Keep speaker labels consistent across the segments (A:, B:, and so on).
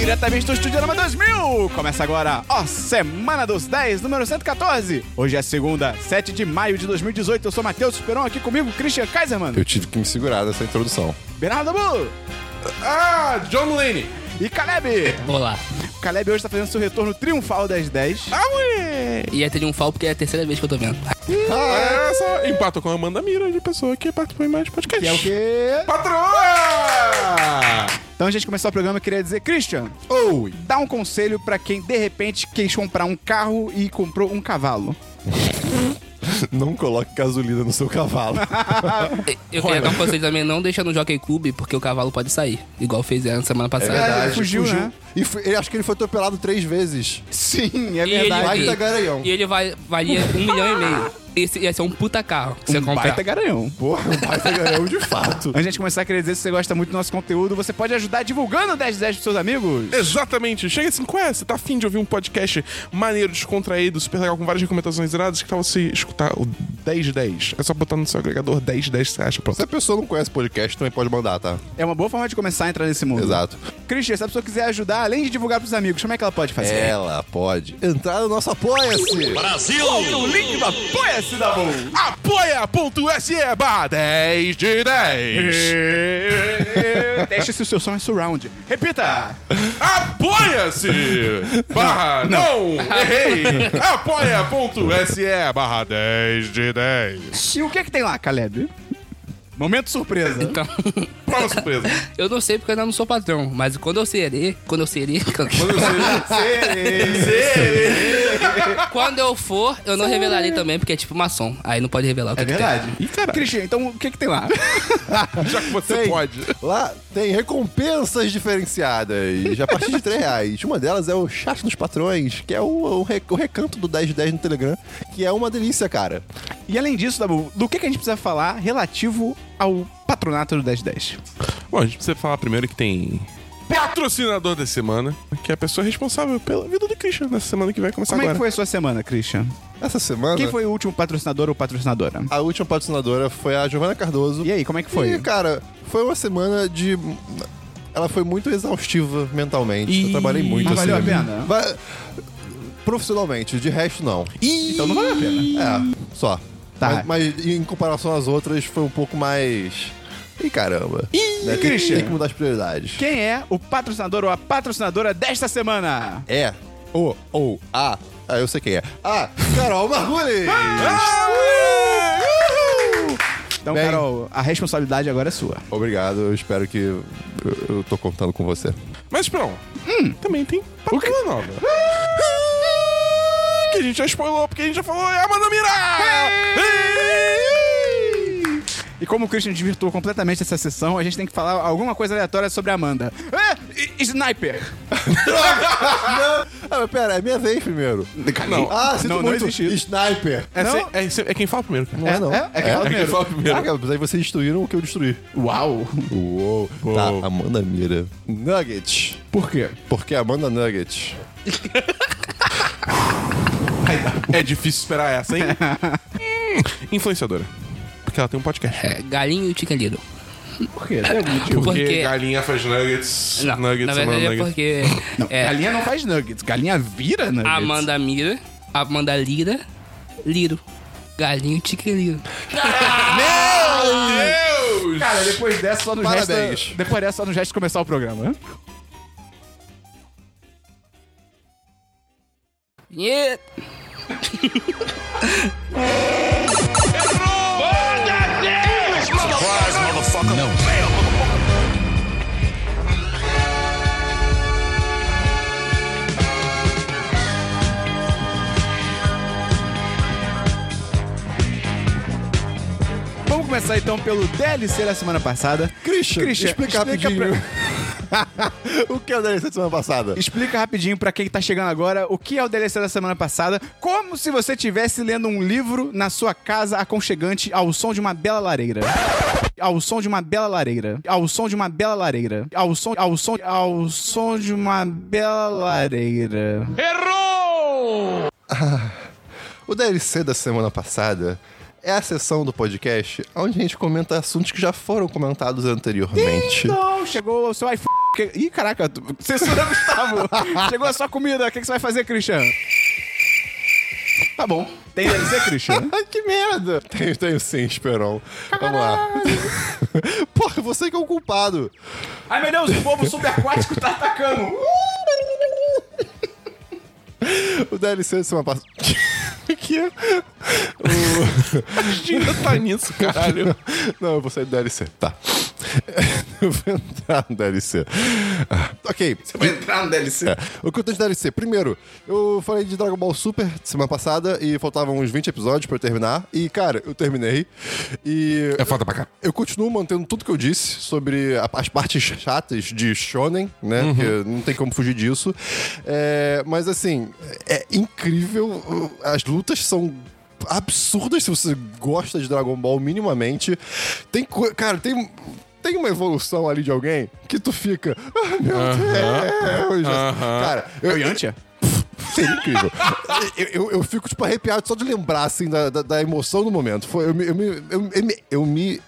A: diretamente do Estudiorama 2000. Começa agora, ó, Semana dos 10, número 114. Hoje é segunda, 7 de maio de 2018. Eu sou Matheus Esperon, aqui comigo, Christian Kaiserman,
B: Eu tive que me segurar dessa introdução.
A: Bernardo Bu
B: Ah, John Mulaney!
A: e Caleb.
C: Olá.
A: O Caleb hoje tá fazendo seu retorno triunfal das 10.
D: Ah, moleque!
C: E é triunfal porque é a terceira vez que eu tô vendo.
D: Ah, essa empata com a Amanda Mira de pessoa que participou em mais podcast.
A: Que é o quê?
B: Patroa!
A: Então, a gente começou o programa, eu queria dizer, Christian,
B: Oi!
A: dá um conselho pra quem, de repente, quis comprar um carro e comprou um cavalo.
B: Não coloque gasolina no seu cavalo.
C: Eu queria dar um conselho também, não deixa no Jockey Club, porque o cavalo pode sair. Igual fez na semana passada.
A: É verdade. ele fugiu, né?
B: E foi- eu acho que ele foi atropelado três vezes.
A: Sim, é
C: E ele,
B: Verdade. Baita garanhão.
C: e ele vai, valia um milhão e meio. Esse ia ser um puta carro que você
A: Um
C: comprar.
A: baita garanhão.
B: Porra, o pai ganhou de fato.
A: Antes um de começar, queria dizer, se você gosta muito do nosso conteúdo, você pode ajudar divulgando o 10 de 10 pros seus amigos.
D: Exatamente. Chega assim, qual é? Você tá afim de ouvir um podcast maneiro, descontraído, super legal, com várias recomendações iradas? Que tal você escutar o 10 de 10? É só botar no seu agregador 10 de 10 que você acha, pronto.
B: Se a pessoa não conhece podcast, também pode mandar, tá?
A: É uma boa forma de começar a entrar nesse mundo.
B: Exato.
A: Christian, se a pessoa quiser ajudar, além de divulgar pros amigos, como é que ela pode fazer?
B: Ela pode entrar no nosso Apoia-se!
A: Apoia-se, Dabu!
D: Apoia.se barra 10 de 10.
A: Teste se o seu som é surround. Repita!
D: Apoia-se barra não. Errei. Apoia.se barra 10 de 10.
A: E o que é que tem lá, Caleb? Momento surpresa.
C: Então,
D: Prova surpresa.
C: eu não sei porque eu ainda não sou patrão, mas quando eu serei, quando eu serei, quando eu for, eu não revelarei também, porque é tipo maçom. Aí não pode revelar o que,
A: É
C: que tem.
A: verdade.
D: Ih, caralho.
A: Christian, então o que é que tem lá?
D: Já que você
B: Tem.
D: pode.
B: Lá tem recompensas diferenciadas a partir de 3 reais. Uma delas é o chat dos patrões, que é o, o re- o recanto do 10 de 10 no Telegram, que é uma delícia, cara.
A: E além disso, Dabu, do que, que a gente precisa falar relativo ao patronato do 1010?
D: Bom, a gente precisa falar primeiro que tem patrocinador da semana, que é a pessoa responsável pela vida do Christian nessa semana que vai começar
A: Como é que
D: agora.
A: foi a sua semana, Christian?
B: Essa semana,
A: Quem foi o último patrocinador ou patrocinadora?
B: a última patrocinadora foi a Giovana Cardoso.
A: E aí, como é que foi?
B: E, cara, foi uma semana de. Ela foi muito exaustiva mentalmente.
D: Ih,
B: Eu trabalhei muito
A: mas
B: assim.
A: valeu a pena?
B: Va- Profissionalmente, de resto, não.
A: Então não vale a pena.
B: É, só.
A: Tá.
B: Mas, mas em comparação às outras, foi um pouco mais. Ih, caramba. Ih, né? tem-
A: Christian.
B: Tem que mudar as prioridades.
A: Quem é o patrocinador ou a patrocinadora desta semana?
B: É. O, ou, a. Ah, eu sei quem é. Ah, Carol Margulis!
A: Ah! Então,
B: Bem-
A: Carol, a responsabilidade agora é sua.
B: Obrigado, eu espero que. Eu, eu tô contando com você.
D: Mas, Esperão, também tem patroa nova. Que a gente já spoilou, porque a gente já falou, é a Amanda Mira! Ei!
A: E como o Christian desvirtuou completamente essa sessão, a gente tem que falar alguma coisa aleatória sobre a Amanda. Ah, e- sniper!
B: Ah, mas pera, é minha vez primeiro.
D: Não,
B: Ah, sinto
A: Não, não
B: muito.
A: existe isso.
B: Sniper.
D: é,
A: não.
D: se- é se- é quem fala primeiro, cara.
B: Não é, não.
A: é? É quem fala primeiro.
B: fala primeiro. Ah, cara, mas aí vocês destruíram o que eu destruí.
A: Uau!
B: Uou. Tá, Amanda Mira. Nuggets.
A: Por quê?
B: Porque Amanda Nuggets.
D: É difícil esperar essa, hein? Hum, Influenciadora. Porque ela tem um podcast.
C: É, galinho e chicken little.
A: Por quê? é Tem algum motivo?
C: Porque-
D: galinha faz nuggets,
C: Não, na verdade é porque é,
A: Galinha não faz nuggets, galinha vira nuggets.
C: Amanda Mira, Amanda Lira, Liro. Galinho e chicken little.
D: Deus!
A: Cara, depois dessa só nos
B: Parabéns.
A: resta... Depois dessa só nos resta começar o programa. né?
C: Vinheta!
A: Vamos começar então pelo DLC da semana passada.
B: Christian,
A: Christian,
B: explica
A: explica
B: rapidinho. o que eu dei essa semana passada?
A: Explica rapidinho pra quem tá chegando agora o que é o DLC da semana passada, como se você estivesse lendo um livro na sua casa aconchegante ao som de uma bela lareira. Ao som de uma bela lareira. Ao som de uma bela lareira. Ao som, ao som, ao som de uma bela lareira.
B: O DLC da semana passada é a sessão do podcast onde a gente comenta assuntos que já foram comentados anteriormente.
A: Não, chegou o seu iPhone. Que- Ih, caraca, tu- censura Gustavo. Chegou a sua comida, o que, que você vai fazer, Christian? Tá bom. Tem DLC, Christian?
B: Ai, que merda! Tenho, tenho sim, Esperon. Vamos lá. Porra, você que é o culpado.
A: Ai, meu Deus, o povo subaquático tá atacando.
B: O DLC de semana passada. que é?
D: Ainda tá nisso, caralho.
B: Não, eu vou sair do DLC. Tá. Eu vou entrar no DLC. Ah, ok.
A: Vou entrar no DLC.
B: É, o que eu tenho de DLC? Primeiro, eu falei de Dragon Ball Super semana passada e faltavam uns 20 episódios pra eu terminar. E, cara, eu terminei. E
D: É foda pra cá.
B: eu continuo mantendo tudo que eu disse sobre a- as partes chatas de Shonen, né?
A: Uhum.
B: Porque não tem como fugir disso. É, mas assim, é incrível. uh, As lutas são absurdas se você gosta de Dragon Ball minimamente. Tem co- Cara, tem. Tem uma evolução ali de alguém que tu fica. Ah, meu Deus! Cara,
A: É o Yantia?
B: Seria incrível. eu, eu- eu fico, tipo, arrepiado só de lembrar, assim, da, da, da emoção do momento. Foi, eu me. Eu me. Eu, eu me, eu me-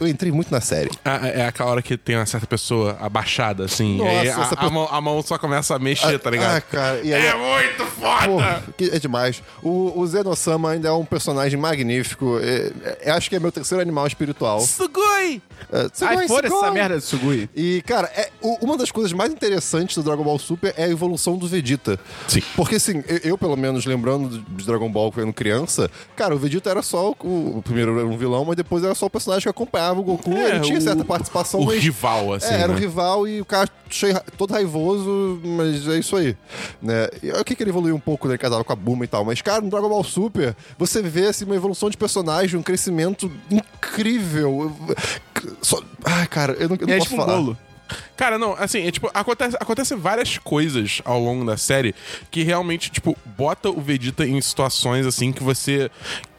B: eu entrei muito na série.
D: Ah, é é aquela hora que tem uma certa pessoa abaixada, assim.
B: Nossa,
D: e aí a,
B: essa
D: a
B: pessoa-
D: mão, a mão só começa a mexer, tá ligado?
B: Ah, cara, e aí-
D: é muito foda!
B: Pô, que é demais. O, o Zeno-sama ainda é um personagem magnífico. É- é- acho que é meu terceiro animal espiritual.
D: Sugoi!
B: É,
A: Ai,
B: Sugoi,
A: fora
B: Sugoi.
A: essa merda de Sugui.
B: E, cara, é, o- uma das coisas mais interessantes do Dragon Ball Super é a evolução do Vegeta.
D: Sim.
B: Porque, assim, eu, eu, pelo menos, lembrando de Dragon Ball quando criança, cara, o Vegeta era só o, o primeiro era um vilão, mas depois era só o personagem que acompanhava o Goku,
D: É,
B: ele tinha
D: o-
B: certa participação,
D: o
B: mas...
D: rival, assim,
B: É, era o
D: né?
B: rival e o cara cheio, todo raivoso, mas é isso aí. Né? E o que que ele evoluiu um pouco, né? Ele casava com a Buma e tal. Mas, cara, no Dragon Ball Super, você vê assim, uma evolução de personagem, um crescimento incrível. Eu- Só... Ai, cara, eu não, eu não
A: É
B: posso
A: tipo um
B: falar.
A: bolo.
D: Cara, não, assim, é, tipo, acontece, acontece várias coisas ao longo da série que realmente, tipo, bota o Vegeta em situações, assim, que você...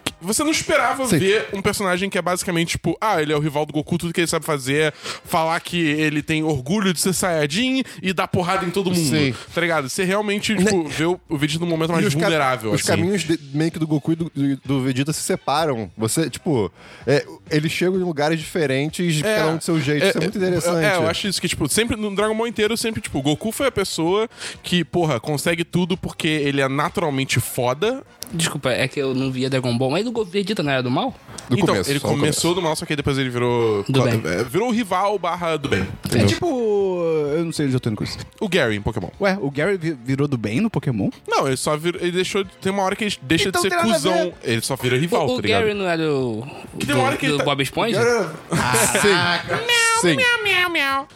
D: que Você não esperava
B: Sim.
D: ver um personagem que é basicamente, tipo, ah, ele é o rival do Goku, tudo que ele sabe fazer é falar que ele tem orgulho de ser Saiyajin e dar porrada em todo mundo.
B: Sim. Né?
D: Tá ligado? Você realmente, tipo, vê o, o Vegeta num momento mais
B: E os ca-
D: vulnerável,
B: Os
D: assim.
B: caminhos de- meio que do Goku e do, do- do Vegeta se separam. Você, tipo, é, eles chegam em lugares diferentes, cada um do seu jeito. isso é muito interessante.
D: É, eu acho isso que, tipo, sempre no Dragon Ball inteiro, sempre, tipo, o Goku foi a pessoa que, porra, consegue tudo porque ele é naturalmente foda.
C: Desculpa, é que eu não via Dragon Ball. Mas o Vegeta não era do mal?
B: Do
D: então,
B: começo,
D: ele
B: só no
D: começou do mal, só que aí depois ele virou.
C: Do bem.
D: é, Virou o rival barra do bem.
A: É tipo. Eu não sei onde eu tô indo com isso.
D: O Gary em Pokémon.
A: Ué, o Gary vi- virou do bem no Pokémon?
D: Não, ele só virou. Ele deixou. Tem uma hora que ele deixa
A: Então
D: de
A: tem
D: ser
A: nada a
D: cuzão. Ele só vira rival,
C: o o
D: tá ligado?
C: Gary não era o. Que
D: tem uma hora que ele
C: do
D: tá-
C: Bob Esponja?
B: Sim. Sim.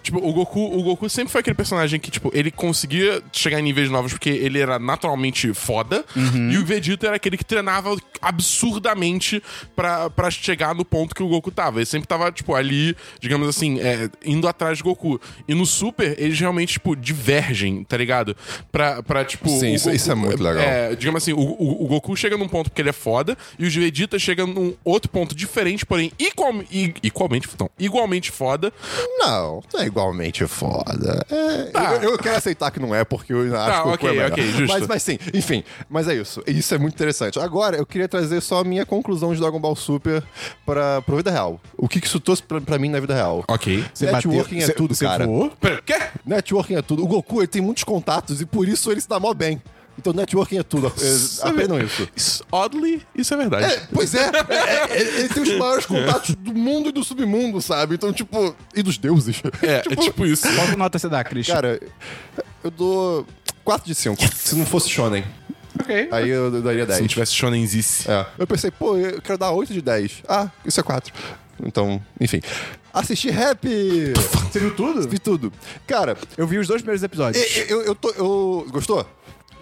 D: Tipo, o Goku, o Goku sempre foi aquele personagem que, tipo, ele conseguia chegar em níveis novos porque ele era naturalmente foda.
B: Uhum.
D: E o Vegeta era aquele que treinava absurdamente pra, pra chegar no ponto que o Goku tava. Ele sempre tava, tipo, ali, digamos assim, é, indo atrás do Goku. E no Super, eles realmente, tipo, divergem, tá ligado? Pra, pra tipo.
B: Sim,
D: o
B: isso- isso é muito legal.
D: é, digamos assim, o, o- o Goku chega num ponto porque ele é foda, e o Vegeta chega num outro ponto diferente, porém igual, i- igualmente, não, igualmente foda.
B: Não, não é igualmente foda. É, eu, eu quero aceitar que não é, porque eu ainda acho
D: Tá,
B: que o Goku
D: ok,
B: é melhor.
D: ok, justo.
B: Mas, mas sim, enfim, mas é isso. Isso é muito interessante. Agora, eu queria trazer só a minha conclusão de Dragon Ball Super pra, pra vida real. O que, que isso trouxe pra, pra mim na vida real?
D: Ok.
B: Networking é tudo, cara.
D: Pera, quê?
B: Networking é tudo. O Goku, ele tem muitos contatos e por isso ele se dá mó bem. Então, networking é tudo. É- Aprendam isso.
D: Isso- Oddly, isso é verdade.
B: É, pois é, é, é, ele tem os maiores contatos do mundo e do submundo, sabe? Então, tipo, e dos deuses.
D: É, é tipo isso.
A: Qual que nota você dá, Christian?
B: Cara, eu dou 4 de 5. Se não fosse Shonen,
A: ok.
B: aí eu daria
D: Se não
B: 10.
D: tivesse Shonenzice.
B: É. Eu pensei, pô, eu quero dar 8 de 10. Ah, isso é 4. Então, enfim. Assisti rap!
A: Você viu tudo?
B: Vi tudo. Cara,
A: Eu vi os dois primeiros episódios.
B: eu, eu, eu tô. Eu... Gostou?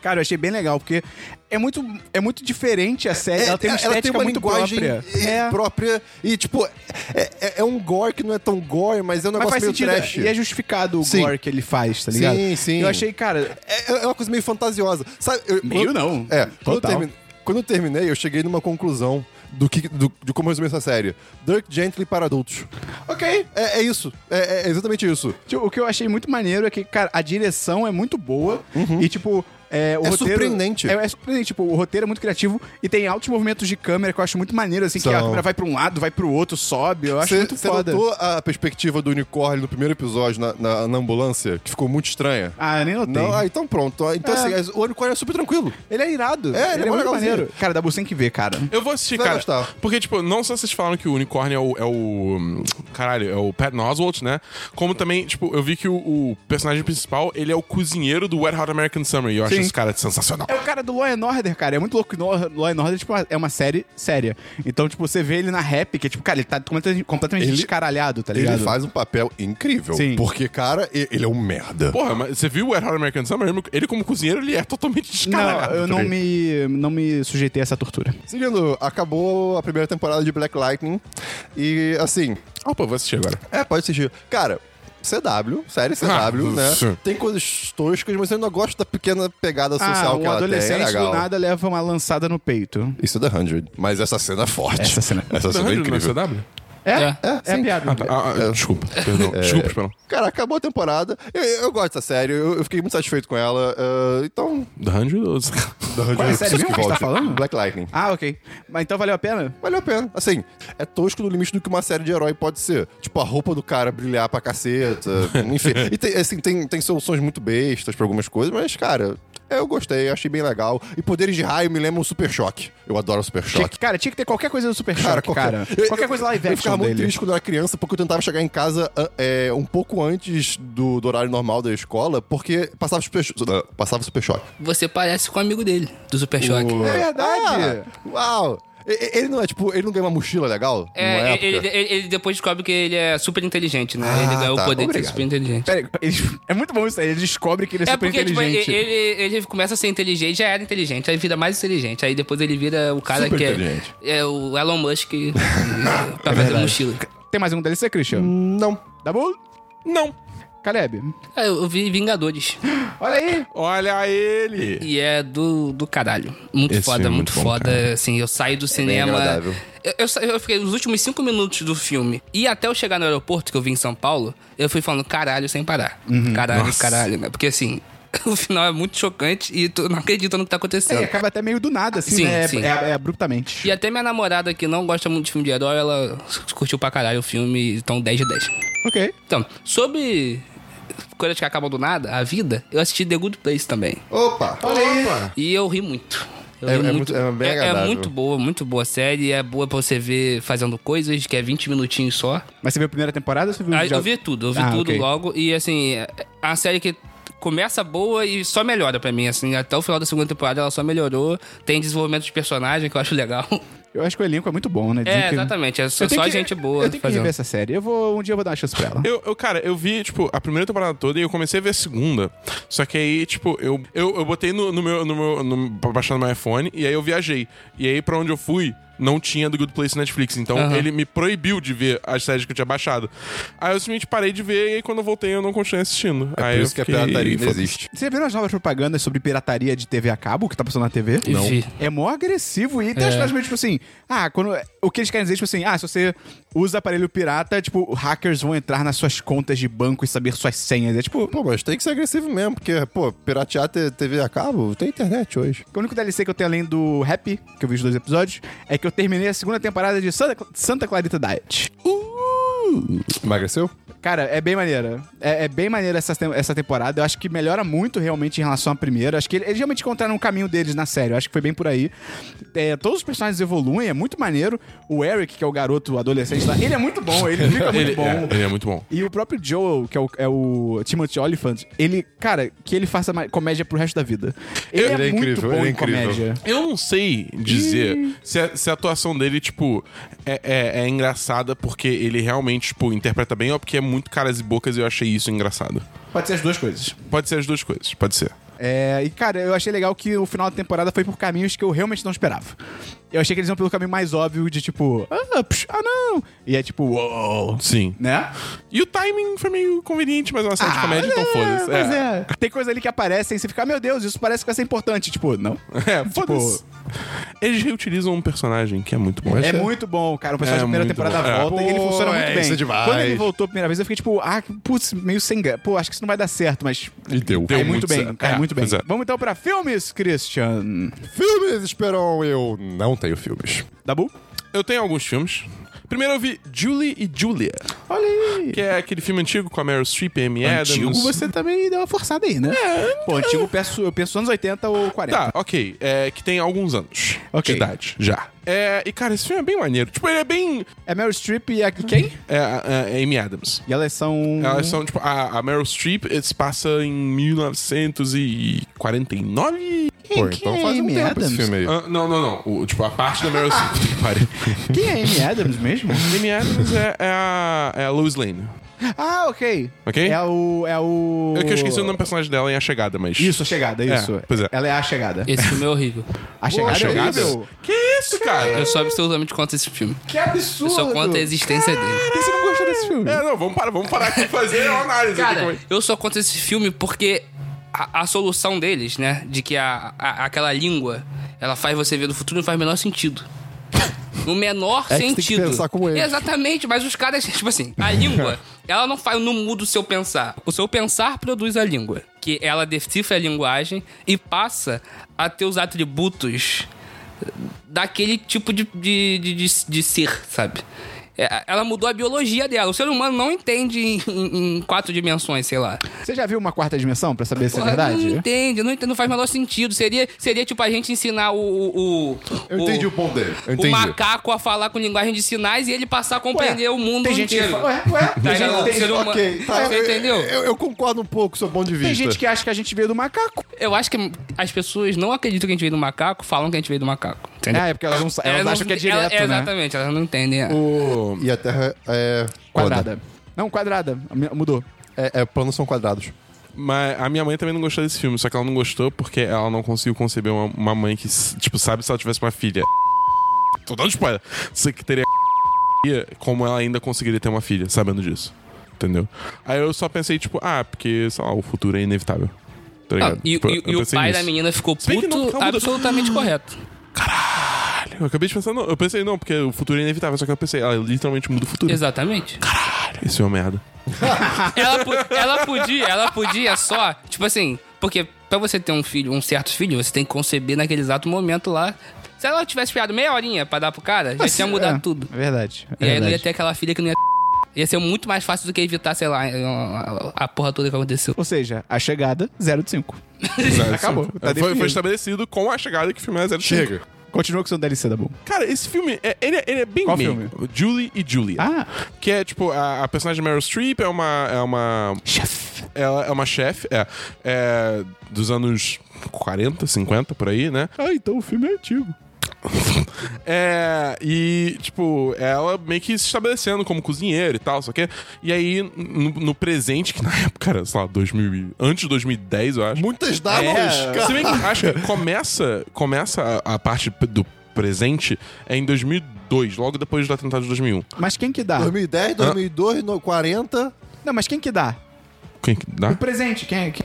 A: Cara, eu achei bem legal, porque é muito, é muito diferente a
B: É,
A: série. É, ela tem uma estética muito própria. É,
B: e- é, própria. E, tipo, é, é- é um gore que não é tão gore, mas é um
A: Mas
B: negócio
A: faz
B: meio
A: sentido.
B: trash.
A: E é justificado o
B: Sim.
A: gore que ele faz, tá ligado?
B: Sim, sim.
A: Eu achei, cara.
B: É, é uma coisa meio fantasiosa. Sabe, eu-
A: Meio
B: quando-
A: não.
B: É, quando eu,
A: Total.
B: termi- quando eu terminei, eu cheguei numa conclusão do que, do- de como resumir essa série. Dirk Gently para adultos.
A: Ok.
B: É, é isso. É, é exatamente isso.
A: Tipo, O que eu achei muito maneiro é que, cara, a direção é muito boa. E, tipo, É, o
B: Uhum. É
A: roteiro-
B: surpreendente.
A: É, é surpreendente. Tipo, o roteiro é muito criativo e tem altos movimentos de câmera que eu acho muito maneiro, assim, que a
B: São.
A: câmera vai pra um lado, vai pro outro, sobe. Eu acho
B: Você
A: muito
B: você
A: foda.
B: notou a perspectiva do unicórnio no primeiro episódio na, na- na ambulância? Que ficou muito estranha.
A: Ah, eu nem notei.
B: Não, ah, então pronto. Ah, Então, assim, o unicórnio é super tranquilo.
A: Ele é irado.
B: É, ele é
A: é
B: mó
A: muito
B: legalzinho.
A: maneiro. Cara, Dabu tem que ver, cara.
D: Eu vou assistir,
B: Vai
D: cara.
B: gostar.
D: Porque, tipo, não só vocês falaram que o unicórnio é o, é o- hum, Caralho, é o Pat Oswalt, né? Como também, tipo, eu vi que o, o personagem principal, ele é o cozinheiro do Wet Hot American Summer. E eu acho
A: Sim.
D: esse cara sensacional.
A: É o cara do Law and Order, cara. É muito louco. que Law Law and Order tipo, é uma série séria. Então, tipo, você vê ele na rap, que é tipo, cara, ele tá completamente, completamente
B: Ele-
A: descaralhado, tá ligado?
B: Ele faz um papel incrível.
A: Sim.
B: Porque, cara, e- ele é um merda.
D: Porra, mas você viu o Wet Hot American Summer? Ele, como cozinheiro, ele é totalmente descarado. Tá
A: Não, eu não me, não me sujeitei a essa tortura.
B: Seguindo, acabou a primeira temporada de Black Lightning. E, assim,
D: Opa, eu vou assistir agora.
B: É, pode assistir. Cara, CW, série CW,
D: Ah,
B: né?
D: sim.
B: Tem coisas toscas, mas eu ainda gosto da pequena pegada social
A: ah,
B: que
A: um
B: ela tem. É
A: adolescente
B: legal.
A: do nada leva uma lançada no peito.
B: Isso é The 100, mas essa cena é forte.
A: Essa cena-
B: Essa cena é incrível.
D: CW?
A: É? É,
C: É.
A: é, piada.
D: Ah, tá. Ah, ah, Desculpa, perdão. Desculpa, perdão.
B: Cara, acabou a temporada. Eu, eu gosto da série, eu, eu fiquei muito satisfeito com ela. eh, então,
D: The 100...
B: The 100
A: é a
B: eu
A: série
B: preciso
A: mesmo que a gente tá
B: volte.
A: falando?
B: Black Lightning.
A: Ah, ok. Mas então valeu a pena?
B: Valeu a pena. Assim, é tosco no limite do que uma série de herói pode ser. Tipo, a roupa do cara brilhar pra caceta. enfim. E tem, assim, tem, tem soluções muito bestas pra algumas coisas, mas, cara, eu gostei, achei bem legal. E poderes de raio me lembram Super Choque. Eu adoro Super
A: Tinha
B: Choque.
A: que- cara, tinha que ter qualquer coisa do Super Choque, cara. Qualquer,
B: eu-
A: coisa live
B: Eu ficava
A: action
B: muito
A: dele.
B: triste quando eu era criança, porque eu tentava chegar em casa ah, é, um pouco antes do, do horário normal da escola, porque passava Super, Cho- ah, passava super Choque.
C: Você parece com o amigo dele, do Super Choque.
A: É verdade.
B: Ah, uau! E- e- Ele não é, tipo, ele não ganha uma mochila legal? numa
C: É,
B: época?
C: ele, ele- ele depois descobre que ele é super inteligente, né?
D: Ah,
C: ele ganhou
B: tá.
C: o poder de
B: Obrigado.
C: ser super inteligente.
A: Pera aí, ele- é muito bom isso aí. Ele descobre que ele é,
C: É
A: super
C: porque, tipo, ele,
A: inteligente.
C: ele- ele começa a ser inteligente, já era inteligente, aí vira mais inteligente, aí depois ele vira o cara
B: Super
C: que é,
B: inteligente.
C: é o Elon Musk
D: É
C: pra fazer mochila.
A: Tem mais um DLC, Christian?
B: Não.
A: Tá bom?
D: Não.
A: Caleb.
C: É, eu vi Vingadores.
A: Olha aí.
D: Olha ele!
C: E é do, do caralho. Muito
D: Esse
C: foda,
D: filme é
C: muito
D: muito bom,
C: foda.
D: cara.
C: Assim, eu saí do cinema.
B: agradável.
C: eu, eu sa- eu fiquei nos últimos cinco minutos do filme. E até eu chegar no aeroporto, que eu vim em São Paulo, eu fui falando caralho sem parar. Caralho,
D: Nossa.
C: caralho, né? Porque assim, o final é muito chocante e tu não acredita no que tá
B: É.
C: acontecendo.
A: Ele É, acaba até meio do nada, assim,
C: Sim,
A: né? É-
C: sim.
A: É, é abruptamente.
C: E até minha namorada, que não gosta muito de filme de herói, ela curtiu pra caralho o filme, então 10 de 10.
A: Ok.
C: Então, sobre coisas que acabam do nada, a vida, eu assisti The Good Place também.
B: Opa! Olha aí!
C: E eu ri muito. Eu
B: É-
C: ri
B: é muito- é bem agradável.
C: muito boa, muito boa série. É boa pra você ver fazendo coisas, que é 20 minutinhos só.
A: Mas você viu a primeira temporada ou você viu
C: Ah,
A: já-
C: Eu vi tudo, eu vi
A: Ah,
C: tudo
A: ok.
C: logo. E assim, é uma série que começa boa e só melhora pra mim. Assim, até o final da segunda temporada ela só melhorou. Tem desenvolvimento de personagem que eu acho legal.
A: Eu acho que o elenco é muito bom, né? Dizem
C: É,
A: que-
C: exatamente. É só,
A: Eu tenho
C: só
A: que-
C: gente boa
A: Eu tenho que
C: fazendo.
A: rever essa série. Eu vou... Um dia eu vou dar uma chance pra ela.
D: Eu, eu, cara, eu vi, tipo, a primeira temporada toda e eu comecei a ver a segunda. Só que aí, tipo, eu, eu, eu botei no, no meu. No meu no, pra baixar no meu iPhone e aí eu viajei. E aí, pra onde eu fui, não tinha do Good Place Netflix. Então
C: Aham.
D: ele me proibiu de ver as séries que eu tinha baixado. Aí eu simplesmente parei de ver e aí quando eu voltei eu não continuei assistindo.
B: É
D: aí
B: por
D: eu
B: isso que a
D: fiquei-
B: pirataria não
D: foda-se.
B: existe.
A: Você viu as novas propagandas sobre pirataria de TV a cabo que tá passando na TV?
C: Não. Vi.
A: É mó agressivo. E tem as frases meio tipo assim: ah, quando. O que eles querem dizer, tipo assim, ah, se você usa aparelho pirata, tipo, hackers vão entrar nas suas contas de banco e saber suas senhas. É tipo.
B: Pô, mas tem que ser agressivo mesmo, porque, pô, piratear te- TV a cabo, tem internet hoje.
A: O único DLC que eu tenho além do Happy, que eu vi os dois episódios, é que eu terminei a segunda temporada de Santa, Santa Clarita Diet.
B: Emagreceu?
A: Cara, é bem maneira. É, é bem maneira essa, tem- essa temporada. Eu acho que melhora muito realmente em relação à primeira. Eu Acho que ele- eles realmente encontraram um caminho deles na série. Eu acho que foi bem por aí. É, todos os personagens evoluem, é muito maneiro. O Eric, que é o garoto adolescente lá, ele é muito bom, ele fica muito
D: Ele,
A: bom.
D: é, ele é muito bom.
A: E o próprio Joel, que é o, é o Timothy Oliphant, ele, cara, que ele faça ma- comédia pro resto da vida. Ele,
B: Ele
A: é,
B: é
A: muito
B: incrível,
A: bom
B: ele é
A: em
B: incrível.
A: comédia.
D: Eu não sei dizer se a, se a atuação dele, tipo, é, é- é engraçada porque ele realmente, tipo, interpreta bem ou porque é muito caras e bocas e eu achei isso engraçado.
A: Pode ser as duas coisas.
D: Pode ser as duas coisas, pode ser.
A: É, e, cara, eu achei legal que o final da temporada foi por caminhos que eu realmente não esperava. Eu achei que eles iam pelo caminho mais óbvio de tipo, ah, psh, ah não! E é tipo, uou!
D: Sim.
A: Né?
D: E o timing foi meio conveniente, mas é uma série de
A: Ah, é.
D: comédia, então foda-se.
A: Pois é. Tem coisa ali que aparece e você fica, meu Deus, isso parece que vai ser importante. Tipo, não.
D: É, foda-se.
A: Tipo,
D: Eles reutilizam um personagem que é muito bom.
A: É
B: Essa-
A: muito bom, cara. O personagem
D: É
A: da primeira
D: muito
A: temporada
D: bom.
A: volta e ele
B: Pô,
A: funciona muito
B: é,
A: bem.
B: isso é demais.
A: Quando ele voltou a primeira vez, eu fiquei tipo, ah, putz, meio sem graça. Pô, acho que isso não vai dar certo, mas.
B: E deu.
A: Cai
D: Deu
A: muito,
D: muito
A: bem,
D: certo.
A: cai
D: É,
A: muito bem.
D: pois é.
A: Vamos então pra filmes, Christian.
B: Filmes, Esperon, eu não tenho filmes.
A: Dabu?
D: Eu tenho alguns filmes. Primeiro eu vi Julie e Julia,
A: Olha aí.
D: que é aquele filme antigo com a Meryl Streep e Amy
A: Antigo
D: Adams.
A: você também deu uma forçada aí, né? É. Pô, antigo eu penso, eu penso anos 80 ou 40.
D: Tá, ok. É, que tem alguns anos
A: Ok.
D: de idade já. É, e, cara, esse filme é bem maneiro. Tipo, ele é bem.
A: É Meryl Streep e, a, e quem?
D: É, é, é Amy Adams.
A: E elas são...
D: Elas são, tipo, a, a Meryl Streep eh, se passa em 1949?
B: Pô,
A: quem
B: então
A: é
B: faz um
A: Amy
B: tempo esse
A: Adams?
B: filme aí.
D: Ah, não, não, não. O, tipo, a parte da Meryl Streep. Pare.
A: Quem é Amy Adams mesmo?
D: Amy Adams é, é a, é a Lois Lane.
A: ah, ok.
D: Ok?
A: É o... É o...
D: É que eu esqueci o nome do personagem dela em A Chegada, mas.
A: Isso, a chegada, isso.
D: pois é.
A: Ela é a chegada.
C: Esse filme é horrível.
A: A chegada,
D: A
A: é
D: Chegada?
A: horrível.
D: Que isso, cara?
C: Eu sou absolutamente contra esse filme.
A: Que absurdo.
C: Eu sou contra a existência dele.
A: Por que você não gosta desse filme?
D: É, não, vamos parar, vamos parar aqui e fazer uma análise.
C: Cara,
D: aqui.
C: eu sou contra esse filme porque a, a solução deles, né? De que a, a- aquela língua ela faz você ver do futuro não faz o menor sentido. No menor
B: É que você tem que
C: sentido.
B: pensar como eles.
C: Exatamente, mas os caras, tipo assim, a língua, ela não faz, não muda o seu pensar. O seu pensar produz a língua, que ela decifra a linguagem e passa a ter os atributos daquele tipo de, de, de, de- de ser, sabe? É, Ela mudou a biologia dela. O ser humano não entende em, em- em quatro dimensões, sei lá.
A: Você já viu uma quarta dimensão pra saber se é
C: Porra, Não
A: verdade?
C: entende, não entende, não faz o menor sentido. Seria, seria tipo a gente ensinar o. o, o-
B: Eu entendi o ponto dele. Eu
C: o
B: entendi.
C: macaco a falar com linguagem de sinais e ele passar a compreender o mundo
A: tem gente que
C: inteiro.
A: fala, ué, ué, tem,
C: Tá
A: gente,
C: ligado?
A: tem-
C: O ser humano-
B: Ok, tá.
C: Você entendeu?
B: Eu, eu concordo um pouco com o seu ponto de vista.
A: tem gente que acha que a gente veio do macaco.
C: Eu acho que as pessoas não acreditam que a gente veio do macaco, falam que a gente veio do macaco. Entendeu?
A: Ah, é porque elas, não, sa- elas
C: não-
A: acham que é
C: ela-
A: direto, né?
C: Exatamente, elas não entendem. é.
D: O-
B: E a Terra é...
A: Quadrada. Não, quadrada. Me- Mudou.
B: É, é, planos são quadrados.
D: Mas a minha mãe também não gostou desse filme, só que ela não gostou porque ela não conseguiu conceber uma, uma mãe que, s- tipo, sabe se ela tivesse uma filha. Tô dando spoiler. Se que teria como ela ainda conseguiria ter uma filha, sabendo disso. Entendeu? Aí eu só pensei, tipo, ah, porque, sei lá, o futuro é inevitável.
C: Não,
D: Tá ligado?
C: Ah, e
D: Tipo,
C: e-
D: eu
C: e o
D: pensei
C: pai
D: nisso.
C: da menina ficou
D: bem que
C: puto,
D: não,
A: tá
D: calma, muda.
C: absolutamente correto.
D: Caralho, eu acabei de pensar, não. Eu pensei, não, porque o futuro é inevitável, só que eu pensei, ela literalmente muda o futuro.
C: Exatamente.
D: Isso é uma merda.
C: ela, po- ela podia, ela podia só, tipo assim, porque pra você ter um filho, um certo filho, você tem que conceber naquele exato momento lá. Se ela tivesse esperado meia horinha pra dar pro cara, já tinha mudado
A: É,
C: tudo.
A: É verdade. é
C: E aí não ia
A: verdade.
C: ter aquela filha que não ia. Ia ser muito mais fácil do que evitar, sei lá, a, a porra toda que aconteceu.
A: Ou seja, a chegada, 0 de 5. Acabou, tá
D: foi,
A: definido.
D: foi estabelecido com a chegada que o filme é era 05.
B: Chega.
A: Continua com o seu DLC da Bull.
D: Cara, esse filme, é, ele, é- ele é bem
A: Qual
D: meio.
A: filme?
D: Julie e Julia.
A: Ah,
D: Que é, tipo, a, a personagem Meryl Streep é uma... É uma
A: chefe.
D: ela é uma chefe, é, é, dos anos 40, 50, por aí, né?
A: Ah, então o filme é antigo.
D: É, e, tipo, ela meio que se estabelecendo como cozinheira e tal, só que... E aí, no, no presente, que na época era, sei lá, 2000, e- antes de 2010, eu acho.
B: Muitas datas,
A: É.
B: cara.
D: É. Se bem que acho que começa, começa a, a parte p- do presente é em 2002, logo depois do atentado de 2001.
A: Mas quem que dá?
B: 2010, 2002, no 40.
A: Não, mas quem que dá?
D: Quem que dá?
A: O presente, quem, quem...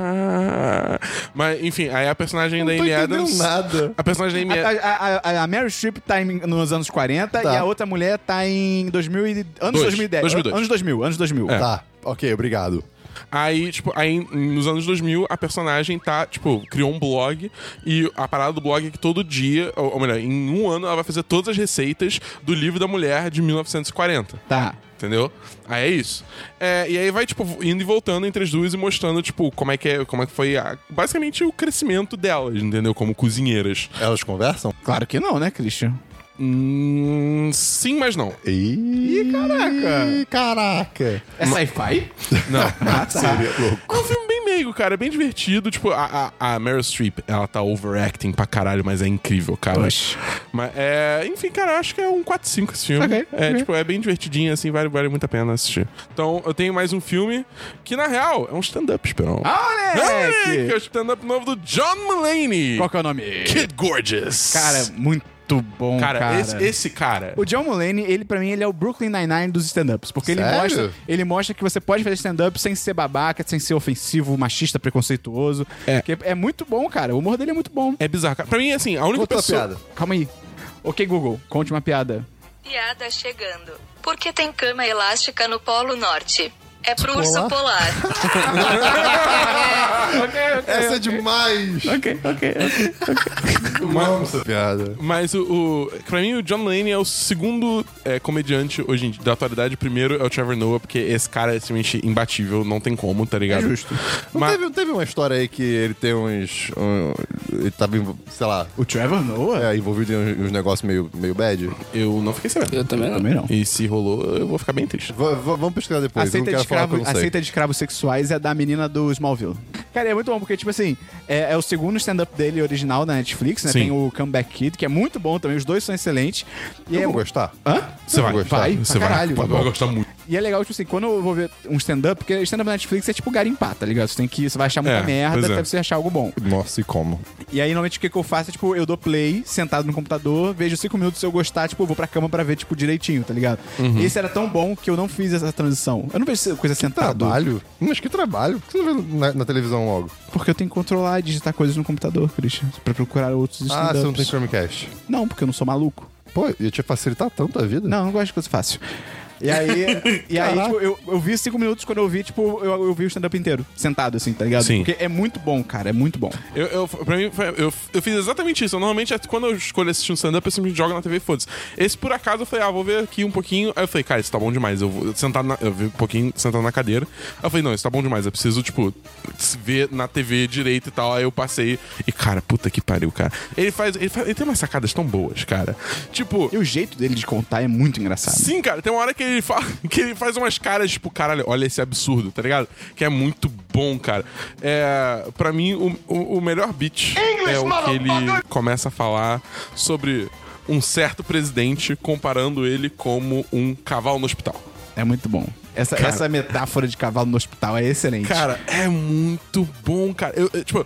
D: Ah, mas enfim, aí a personagem da
B: Não tô
D: Amy
B: entendendo
D: Adams.
B: nada.
D: A personagem da Amy
A: A, a, a, a Mary Streep tá em- nos anos 40
B: Tá.
A: e a outra mulher tá em 2000 e, É. anos
D: Dois.
A: 2010.
D: 2002.
A: Anos 2000, anos 2000.
B: Tá, ok, obrigado.
D: Aí, tipo, aí nos anos 2000, a personagem tá, tipo, criou um blog e a parada do blog é que todo dia, ou, ou melhor, em um ano ela vai fazer todas as receitas do livro da mulher de 1940.
A: Tá.
D: Entendeu? Aí é isso. É, e aí vai, tipo, indo e voltando entre as duas e mostrando, tipo, como é que, é, como é que foi a- basicamente o crescimento delas, entendeu? Como cozinheiras.
B: Elas conversam?
A: Claro que não, né, Christian?
D: Hum, sim, mas não.
B: Ih,
A: É, caraca.
B: Ih, caraca.
A: É sci-fi?
D: Não.
A: Ah, tá.
B: Seria louco.
D: É um filme bem meigo, cara. É bem divertido. Tipo, a, a, a Meryl Streep, ela tá overacting pra caralho, mas é incrível, cara.
A: Oxe.
D: Mas, é, enfim, cara, acho que é um 4-5 esse filme.
A: Ok,
D: é,
A: ok.
D: tipo, é bem divertidinho, assim, vale, vale muito a pena assistir. Então, eu tenho mais um filme que, na real, é um stand-up, Esperão.
A: Ah,
D: É, que é
A: moleque!
D: o stand-up novo do John Mulaney.
A: Qual que é o nome?
D: Kid Gorgeous.
A: Cara, muito muito bom, cara.
D: Cara, Esse, esse cara.
A: O John Mulaney, ele pra mim, ele é o Brooklyn Nine-Nine dos stand-ups. Porque ele
B: Sério?
A: mostra, ele mostra que você pode fazer stand-up sem ser babaca, sem ser ofensivo, machista, preconceituoso.
D: É.
A: Que é muito bom, cara. O humor dele é muito bom.
D: É bizarro. cara. Pra mim, assim, a única
B: Conta a
D: pessoa.
B: piada.
A: Calma aí. Ok, Google, conte uma piada.
E: Piada chegando. Por que tem cama elástica no Polo Norte? É pro urso
B: Polar?
E: polar.
B: Essa é demais!
A: Ok, ok.
B: Vamos essa piada.
D: Mas o, o. Pra mim, o John Lane é o segundo é, comediante hoje em dia, da atualidade. O primeiro é o Trevor Noah, porque esse cara é simplesmente imbatível, não tem como, tá ligado?
B: Justo. Não,
D: Mas-
B: teve, não teve uma história aí que ele tem uns. um- ele tava, envo- sei lá,
A: O Trevor Noah?
B: é, envolvido em uns, uns negócios meio, meio bad? V-
D: Eu não fiquei sabendo.
C: Eu também não.
A: Também não.
D: E se rolou, eu vou ficar bem triste.
B: v- vamos pesquisar depois. eu não
A: Aceita
B: quero
A: de,
B: falar
A: escravo,
B: um que eu não sei.
A: aceita de escravos sexuais é da menina do Smallville. Cara, é muito bom, porque, tipo assim, é, é o segundo stand-up dele original na Netflix, né?
D: Sim.
A: Tem o Comeback Kid, que é muito bom também, os dois são excelentes. E
B: Eu
A: é...
B: vou gostar.
A: Hã?
D: Você vai,
B: vou gostar.
D: vai,
A: Vai,
D: você
A: pra
D: vai.
A: caralho.
D: Pô, vai gostar muito.
A: E é legal, tipo assim, quando eu vou ver um stand-up, porque stand-up na Netflix é tipo garimpar, tá ligado? Você tem que. Você vai achar muita
D: É,
A: merda
D: pois é.
A: até você achar algo bom.
B: Nossa, e como?
A: E aí, normalmente, o que, que eu faço é, tipo, eu dou play, sentado no computador, vejo cinco minutos, se eu gostar, tipo, eu vou pra cama pra ver, tipo, direitinho, tá ligado?
B: Uhum.
A: Esse era tão bom que eu não fiz essa transição. Eu não vejo coisa
B: Ah,
A: sentado.
B: Trabalho? Mas que trabalho? Por que você não vê na, na televisão logo?
A: Porque eu tenho que controlar e digitar coisas no computador, Christian. Pra procurar outros
B: Ah, você não tem
A: stand-ups.
B: Chromecast.
A: não, porque eu não sou maluco.
B: Pô, ia te facilitar tanto a vida?
A: Não, eu não gosto de coisa fácil. E aí, e aí tipo, eu, eu vi cinco minutos quando eu vi, tipo, eu, eu vi o stand-up inteiro, sentado, assim, tá ligado?
D: Sim.
A: Porque é muito bom, cara, é muito bom.
D: Eu, eu, pra mim, foi- eu, eu fiz exatamente isso. Eu, normalmente, é quando eu escolho assistir um stand-up, eu simplesmente jogo na TV e foda-se. Esse, por acaso, eu falei, ah, vou ver aqui um pouquinho. Aí eu falei, cara, isso tá bom demais. Eu vou sentar na, eu vi um pouquinho sentado na cadeira. Aí eu falei, não, isso tá bom demais. Eu preciso, tipo, ver na TV direito e tal. Aí eu passei e, cara, puta que pariu, cara. Ele faz. Ele, faz- ele tem umas sacadas tão boas, cara. Tipo.
A: E o jeito dele de contar é muito engraçado.
D: Sim, cara, tem uma hora que ele, fala, que ele faz umas caras, tipo, caralho, olha esse absurdo, tá ligado? Que é muito bom, cara. É, pra mim, o, o, o melhor beat é o que ele começa a falar sobre um certo presidente comparando ele como um cavalo no hospital.
A: É muito bom. Essa, essa metáfora de cavalo no hospital é excelente.
D: Cara, é muito bom, cara. Eu, eu, tipo,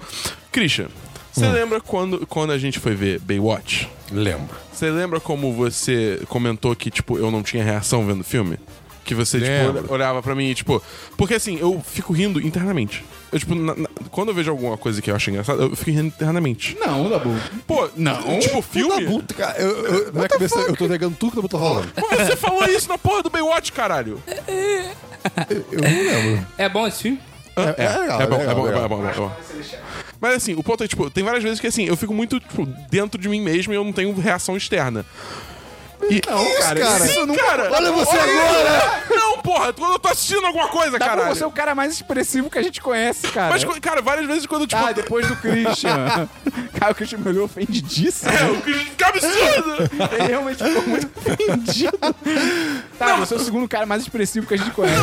D: Christian, você lembra quando, quando a gente foi ver Baywatch?
B: Lembro.
D: Você lembra como você comentou que, tipo, eu não tinha reação vendo o filme? Que você,
B: Lembro.
D: tipo, olhava pra mim e, tipo... Porque, assim, eu fico rindo internamente. Eu, tipo, na- na- quando eu vejo alguma coisa que eu acho engraçada, eu fico rindo internamente.
A: Não, Dabu.
D: Pô,
A: Não.
D: Tipo,
B: Filme?
D: filme...
B: Puta, Tá cara, eu, eu, minha cabeça, eu tô negando tudo que eu tô rolando.
D: Pô, você falou isso na porra do Baywatch, caralho!
C: É bom esse filme?
B: É, é legal,
D: É bom,
B: legal,
D: é bom, é
B: legal.
D: bom, é bom, é bom. Mas assim, o ponto é, tipo, tem várias vezes que assim, eu fico muito, tipo, dentro de mim mesmo e eu não tenho reação externa. E...
A: Não, cara.
B: cara?
A: Isso
D: Sim,
A: não
D: cara!
B: Olha você agora!
D: Não, porra! Quando eu tô assistindo alguma coisa,
A: Dabu,
D: caralho!
A: você é o cara mais expressivo que a gente conhece, cara.
D: Mas, co- cara, várias vezes quando, tipo.
A: Ah, depois do Christian. cara, o Christian me olhou ofendidíssimo.
D: É, o que que absurdo!
A: Ele realmente ficou muito ofendido. Tá, você é o segundo cara mais expressivo que a gente conhece.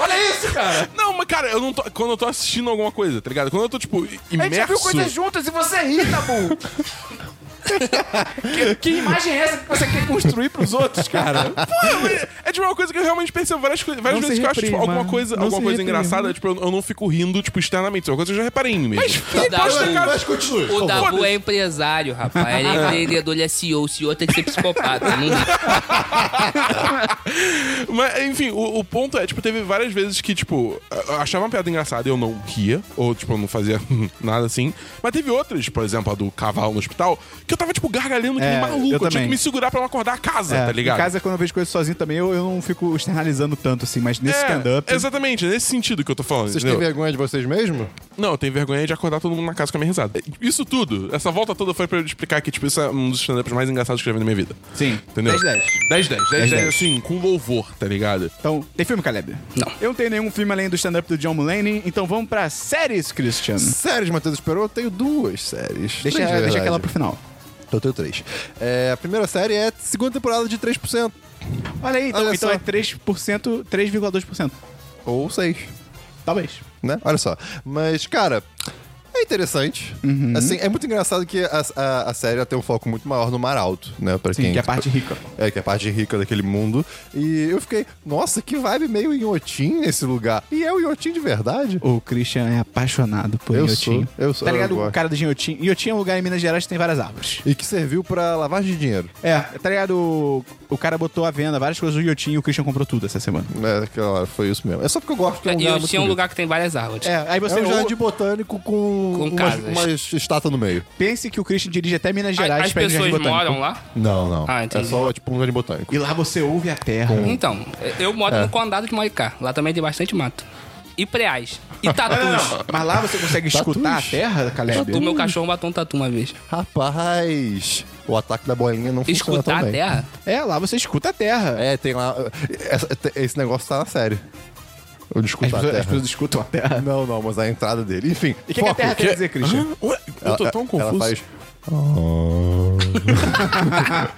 A: Olha isso, cara.
D: não, mas, cara, eu não tô. Quando eu tô assistindo alguma coisa, tá ligado? Quando eu tô, tipo,
A: A gente já viu
D: imerso.
A: coisas juntas e você ri, Dabu. que, que imagem é essa que você quer construir pros outros, cara?
D: É tipo uma coisa que eu realmente percebo várias, coi- várias
A: Não
D: vezes
A: se
D: que eu acho, tipo,
A: reprima.
D: alguma coisa,
A: Não
D: alguma
A: se
D: coisa
A: reprima.
D: engraçada, tipo, eu, eu não fico rindo, tipo, externamente. Isso é uma coisa que eu já reparei em mim mesmo.
C: O Dabu,
B: Mas continue.
C: o Dabu
D: Foda-se.
C: é empresário, rapaz. Ele é empreendedor, ele é CEO. O CEO tem que ser psicopata. Não
D: Mas, enfim, o, o ponto é, tipo, teve várias vezes que, tipo, eu achava uma piada engraçada e eu não ria, ou, tipo, eu não fazia nada assim. Mas teve outras, por exemplo, a do cavalo no hospital, que eu tava, tipo, gargalhando que
A: É,
D: nem maluco.
A: eu
D: Eu, tinha
A: também.
D: que me segurar pra não acordar a casa,
A: É,
D: tá ligado?
A: Em casa, quando eu vejo coisas sozinho também, eu, eu não fico externalizando tanto, assim, mas nesse
D: É,
A: stand-up.
D: Exatamente, nesse sentido que eu tô falando.
B: Vocês têm
D: entendeu?
B: vergonha de vocês mesmos?
D: Não, eu tenho vergonha de acordar todo mundo na casa com a minha risada. Isso tudo, essa volta toda foi pra eu explicar que, tipo, isso é um dos stand-ups mais engraçados que eu já vi na minha vida.
A: Sim.
D: Entendeu?
A: 10 10.
D: 10, 10, 10, 10,
A: 10.
D: assim, com louvor, tá ligado?
A: Então, tem filme, Caleb? Não. Eu não tenho nenhum filme além do stand-up do John Mulaney, então vamos pra séries, Christian.
B: Séries, Matheus Esperou, eu tenho duas séries.
A: Deixa,
B: Três, na
A: deixa
B: verdade.
A: aquela pro final.
B: Então eu tenho três. É, a primeira série é a segunda temporada de 3%.
A: Olha aí, então,
B: Olha
A: então
B: só.
A: é 3%, 3,2%.
B: Ou seis,
A: Talvez.
B: né? Olha só. Mas, cara, É interessante. Assim, é muito engraçado que a, a, a série ela tem um foco muito maior no mar alto, né? Pra
A: Sim,
B: quem,
A: que é a parte rica.
B: É, que é a parte rica daquele mundo. E eu fiquei, nossa, que vibe meio Inhotim nesse lugar. E é o Inhotim de verdade?
A: O Christian é apaixonado por
B: Eu
A: Inhotim.
B: sou, eu sou,
A: Tá
B: eu
A: ligado o
B: gosto.
A: cara do Inhotim? Inhotim é um lugar em Minas Gerais que tem várias árvores.
B: E que serviu pra lavagem de dinheiro.
A: É, tá ligado? O, o cara botou à venda várias coisas do Inhotim e o Christian comprou tudo essa semana.
B: É, aquela hora, foi isso mesmo. É só porque eu gosto que é um
C: E
B: lugar
C: eu
B: muito
C: tinha um
B: bonito.
C: lugar que tem várias árvores.
A: É, aí você
B: É um
A: já
B: jardim botânico com,
C: Com
B: umas,
C: casas.
B: umas estátua no meio.
A: pense que o Christian dirige até Minas
C: A-
A: Gerais
C: As
A: pra ir no jardim
C: pessoas
A: botânico.
C: moram lá?
B: Não, não.
C: Ah,
B: é
C: entendi.
B: só tipo um jardim botânico.
A: E lá você ouve a terra.
C: Então, eu moro no condado de Maricá. Lá também tem bastante mato. E preais. E tatus.
A: Tá Mas lá você consegue
B: Tatus.
A: escutar a terra, Caleb?
C: O meu cachorro bateu um tatu uma vez.
B: Rapaz, o ataque da bolinha não funciona tão
C: Escutar a
B: bem.
C: terra?
A: É, lá você escuta a terra.
B: É, tem lá. essa- Esse negócio tá na série. Eu de
A: As
B: escutar a
A: pessoas, as
B: terra.
A: pessoas escutam a terra.
B: Não, não, mas a entrada dele. Enfim.
A: E o que, que a terra quer dizer, Christian?
D: Ué, eu tô tão confuso.
B: Ela faz. Ah.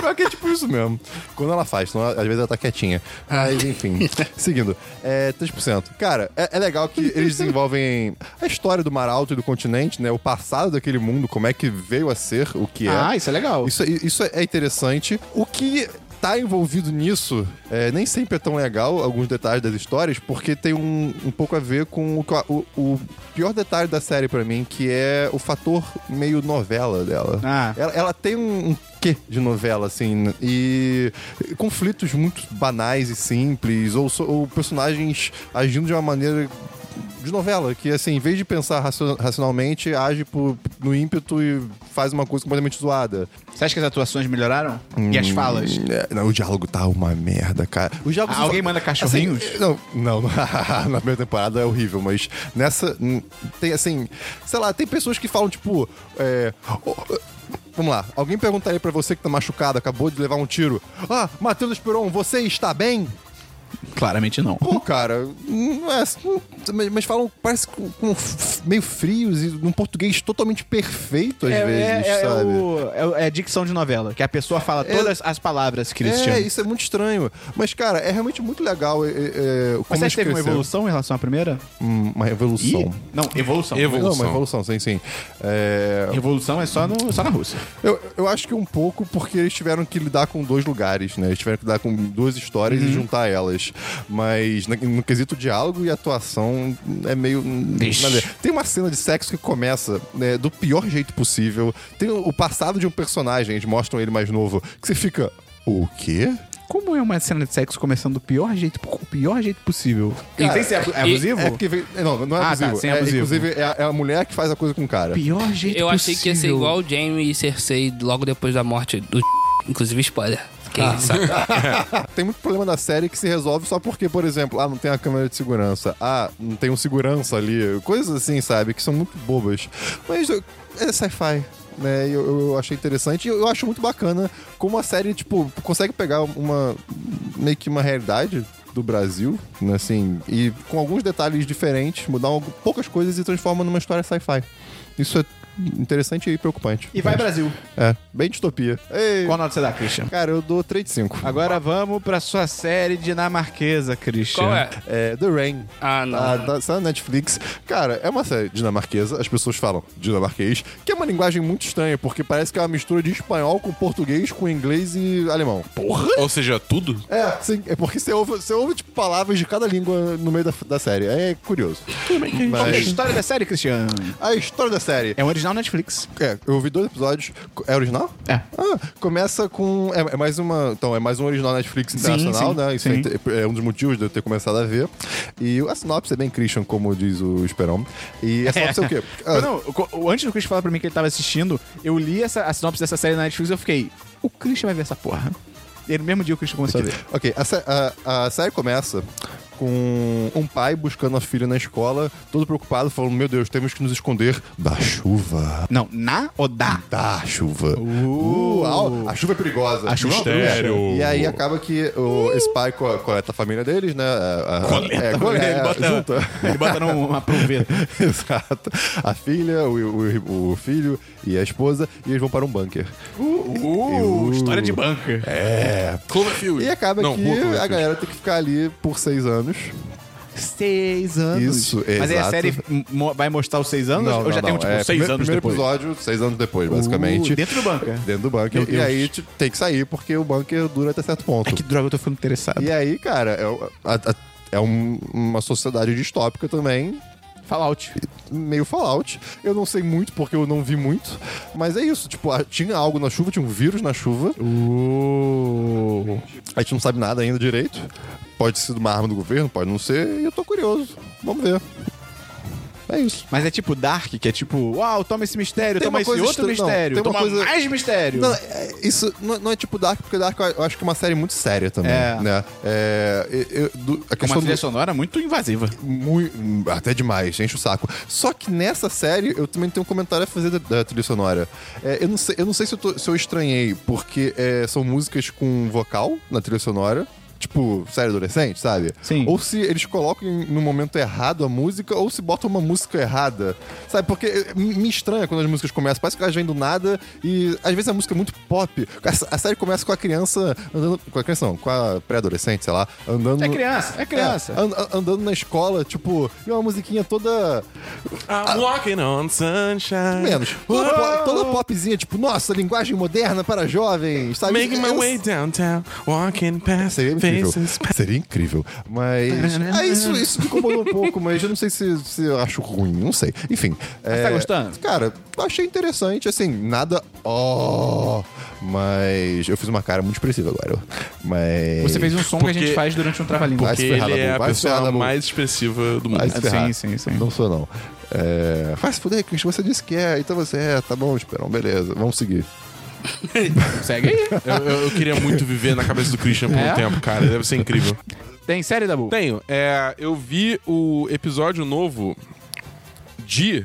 B: Pior que é tipo isso mesmo. Quando ela faz, senão, às vezes ela tá quietinha. Mas enfim, seguindo. É 3%. Cara, é, é legal que eles desenvolvem a história do Mar Alto e do continente, né? O passado daquele mundo, como é que veio a ser, o que é.
A: Ah, isso é legal.
B: Isso, isso é interessante. O que tá envolvido nisso é, nem sempre é tão legal alguns detalhes das histórias, porque tem um, um pouco a ver com o, que eu- o- o pior detalhe da série pra mim, que é o fator meio novela dela.
A: Ah.
B: Ela, ela tem um, um quê de novela, assim, e conflitos muito banais e simples, ou, so- ou personagens agindo de uma maneira de novela, que assim, em vez de pensar racio- racionalmente, age por- no ímpeto e faz uma coisa completamente zoada.
A: Você acha que as atuações melhoraram? e as falas?
B: É, não, o diálogo tá uma merda, cara. O diálogo
A: Ah, alguém manda cachorrinhos?
B: Assim, não, não, na primeira temporada é horrível, mas nessa. hum, Tem assim. Sei lá, tem pessoas que falam, tipo. é, ó, Vamos lá, alguém perguntaria pra você que tá machucado, acabou de levar um tiro. Ah, Matheus Esperon, você está bem?
A: Claramente não.
B: Pô, cara, não é, mas, mas falam, parece com, com f- meio frios e num português totalmente perfeito às
A: É,
B: vezes,
A: é, é,
B: sabe?
A: o- é o- é dicção de novela, que a pessoa fala todas as palavras, Christian.
B: É, isso é muito estranho. Mas, cara, é realmente muito legal. É, é, é, como
A: Mas você acha que teve
B: esqueceu.
A: uma evolução em relação à primeira?
B: Hum, Uma
A: Ih,
B: revolução.
A: Não, evolução.
D: Evo-
B: Não, uma evolução, sim, sim. É,
A: Revolução é só, no, só na Rússia.
B: eu, eu acho que um pouco porque eles tiveram que lidar com dois lugares, né? Eles tiveram que lidar com duas histórias
A: Uhum.
B: e juntar elas. Mas na- no quesito diálogo e atuação é meio.
A: Ixi.
B: nada a ver. Tem uma cena de sexo que começa né, do pior jeito possível. Tem o o passado de um personagem, eles mostram ele mais novo, que você fica. O quê?
A: Como é uma cena de sexo começando do pior jeito, o pior jeito possível?
C: Cara,
A: Não sei se é abu- é
C: e-
A: abusivo?
B: É porque vem- Não, não é
A: Ah, tá,
B: abusivo.
A: sem
B: É,
A: abusivo.
B: inclusive, é a, é a mulher que faz a coisa com o cara.
A: Pior jeito
C: Eu
A: possível.
C: achei que ia ser igual o Jamie e Cersei logo depois da morte do. Inclusive, spoiler. Quem sabe?
B: Tem muito problema da série que se resolve só porque, por exemplo, ah, não tem a câmera de segurança. Ah, não tem um segurança ali. Coisas assim, sabe? Que são muito bobas. Mas eu- é sci-fi. Né, E eu, eu achei interessante e eu, eu acho muito bacana como a série, tipo, consegue pegar uma meio que uma realidade do Brasil, né, assim, e com alguns detalhes diferentes, mudar algu- poucas coisas e transforma numa história sci-fi. Isso é interessante e preocupante.
A: E vai
B: Eu acho.
A: Brasil.
B: É, bem distopia. Ei, Ah,
A: Qual nota você dá, Christian?
B: cara, eu dou 3 de 5.
A: Agora vamos pra sua série dinamarquesa, Christian.
C: Qual é?
B: É, The Rain.
C: Ah, não.
B: Ah, tá, tá na Netflix. Cara, é uma série dinamarquesa, as pessoas falam dinamarquês, que é uma linguagem muito estranha, porque parece que é uma mistura de espanhol com português, com inglês e alemão.
D: Porra! Ou seja, tudo?
B: É, sim, é porque você ouve, você ouve tipo, palavras de cada língua no meio da, da série. É curioso.
A: Qual que é a
B: Mas
A: história da série, Christian?
B: a história da série.
A: É um original Netflix.
B: É, eu ouvi dois episódios. É original?
A: É.
B: Ah, começa com. É, é mais uma. Então, é mais um original Netflix internacional,
A: sim,
B: né? Isso
A: sim.
B: é inte- É, um dos motivos de eu ter começado a ver. E a sinopse é bem Christian, como diz o Esperão. E a sinopse é o quê? Ah,
A: Não, o co- o- antes do Christian falar pra mim que ele tava assistindo, eu li essa, a sinopse dessa série na Netflix e eu fiquei, o Christian vai ver essa porra. E no mesmo dia o Christian começou a ver.
B: Ok, a, sé- a- a série começa com um pai buscando a filha na escola, todo preocupado, falando: Meu Deus, temos que nos esconder da chuva.
A: Não, na ou da?
B: Da chuva. Uau, a chuva é perigosa.
A: Uh. A chuva é
B: Mistério.
D: perigosa.
B: E aí acaba que o, esse pai co- coleta a família deles, né? A- a-
D: Coleta,
B: é, coleta,
A: ele bota-
B: junta.
A: Ele bota numa proveta.
B: Exato. A filha, o, o- o filho e a esposa, e eles vão para um bunker.
A: Uh, história de bunker.
D: Cloverfield.
B: E acaba
D: Não,
B: que
D: rua
B: a
D: Cloverfield.
B: galera tem que ficar ali por seis anos.
A: Seis anos.
B: É. Isso, é
A: Mas aí a
B: exato.
A: série mo- vai mostrar os seis anos?
B: Não,
A: ou
B: não,
A: já tem,
B: não.
A: tipo,
B: É,
A: seis
B: primeiro-
A: anos
B: primeiro
A: depois?
B: episódio, seis anos depois, basicamente.
A: Uh, dentro do bunker.
B: Dentro do bunker.
A: Meu
B: E
A: Deus.
B: aí tu tem que sair, porque o bunker dura até certo ponto.
A: Ai, que droga, eu tô ficando interessado.
B: E aí, cara, é, o- a- a- é um- uma sociedade distópica também,
A: Fallout.
B: meio Fallout. Eu não sei muito, porque eu não vi muito, mas é isso. Tipo, a- tinha algo na chuva, tinha um vírus na chuva. A gente não sabe nada ainda direito. Pode ser uma arma do governo, pode não ser, e eu tô curioso. Vamos ver. É isso.
A: Mas é tipo Dark, que é tipo, uau, toma esse mistério,
B: Tem
A: toma
B: uma
A: esse
B: coisa
A: outro
B: estra- não,
A: mistério,
B: tem uma
A: toma
B: coisa-
A: mais mistério.
B: Não, é- isso não, não é tipo Dark, porque Dark eu acho que é uma série muito séria também,
A: É.
B: né? É, eu- eu- do-
A: é
B: a
A: uma
B: questão
A: trilha
B: do,
A: sonora muito invasiva.
B: Muito, até demais, enche o saco. Só que nessa série, eu também tenho um comentário a fazer da, da trilha sonora. É, eu, não sei, eu não sei se eu, tô- se eu estranhei, porque é, são músicas com vocal na trilha sonora. Tipo, série adolescente, sabe?
A: Sim.
B: Ou se eles colocam em- no momento errado a música, ou se botam uma música errada. Sabe? Porque é, me me estranha quando as músicas começam. Parece que elas vêm do nada e às vezes a música é muito pop. A, a série começa com a criança andando. Com a criança não, com a pré-adolescente, sei lá, andando.
A: É criança, é criança.
B: É, an- an- andando na escola, tipo, e uma musiquinha toda.
D: I'm Ah, walking on sunshine.
B: Ah. Menos. Toda,
D: Ah.
B: po- toda popzinha, tipo, nossa, linguagem moderna para jovens, sabe?
D: Making my
B: Eu-
D: way downtown, walking past
B: Seria é incrível.
D: faces.
B: Seria incrível. Mas. Ah, isso, isso me incomodou um pouco, mas eu não sei se, se eu acho ruim, não sei. Enfim. é,
A: tá gostando?
B: Cara, achei interessante, assim, nada. Ó. mas. Eu fiz uma cara muito expressiva agora. Mas.
A: Você fez um som que a gente
D: Porque-
A: faz durante um trava-língua.
B: Vai
D: Porque
B: se
D: ele
B: ferrar, Dabu,
D: é a
B: vai se ferrar,
D: pessoa
B: Dabu.
D: mais expressiva do
B: Vai
D: mundo.
B: se
A: Ah,
B: ferrar.
A: sim, sim, sim.
B: Não sou, não. É... Vai se fuder, Christian, você disse que é. Então você é, tá bom, Esperão, beleza. Vamos seguir.
A: Segue aí.
D: Eu, eu- eu queria muito viver na cabeça do Christian por
A: É?
D: um tempo, cara. Deve ser incrível.
A: Tem série da Bull?
D: Tenho. É, eu vi o episódio novo de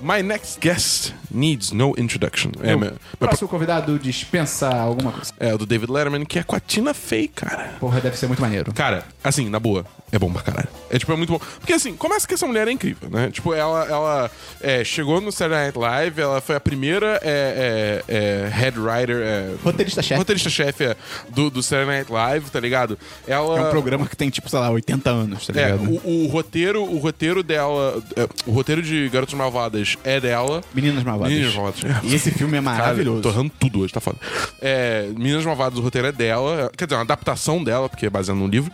D: My Next Guest Needs No Introduction. É, meu, meu-
A: Próximo convidado dispensa alguma coisa.
D: é o do David Letterman, que é com a Tina Fey, cara.
A: Porra, deve ser muito maneiro.
D: Cara, assim, na boa, é bom pra caralho. É tipo, é muito bom. Porque assim, começa que essa mulher é incrível, né? Tipo, ela, ela é, chegou no Saturday Night Live, ela foi a primeira é, é, é, head writer. é,
A: Roteirista-chefe.
D: Roteirista-chefe é, do, do Saturday Night Live, tá ligado? Ela.
A: É um programa que tem, tipo, sei lá, 80 anos, tá
D: É,
A: ligado?
D: o, o roteiro, o roteiro dela, é, o roteiro de Garotos Malvadas é dela.
A: Meninas Malvadas.
D: Meninas Malvadas.
A: E esse filme é maravilhoso.
D: Cara, tô errando tudo hoje, tá foda. É, Meninas Malvadas, o roteiro é dela. Quer dizer, uma adaptação dela, porque é baseado num livro.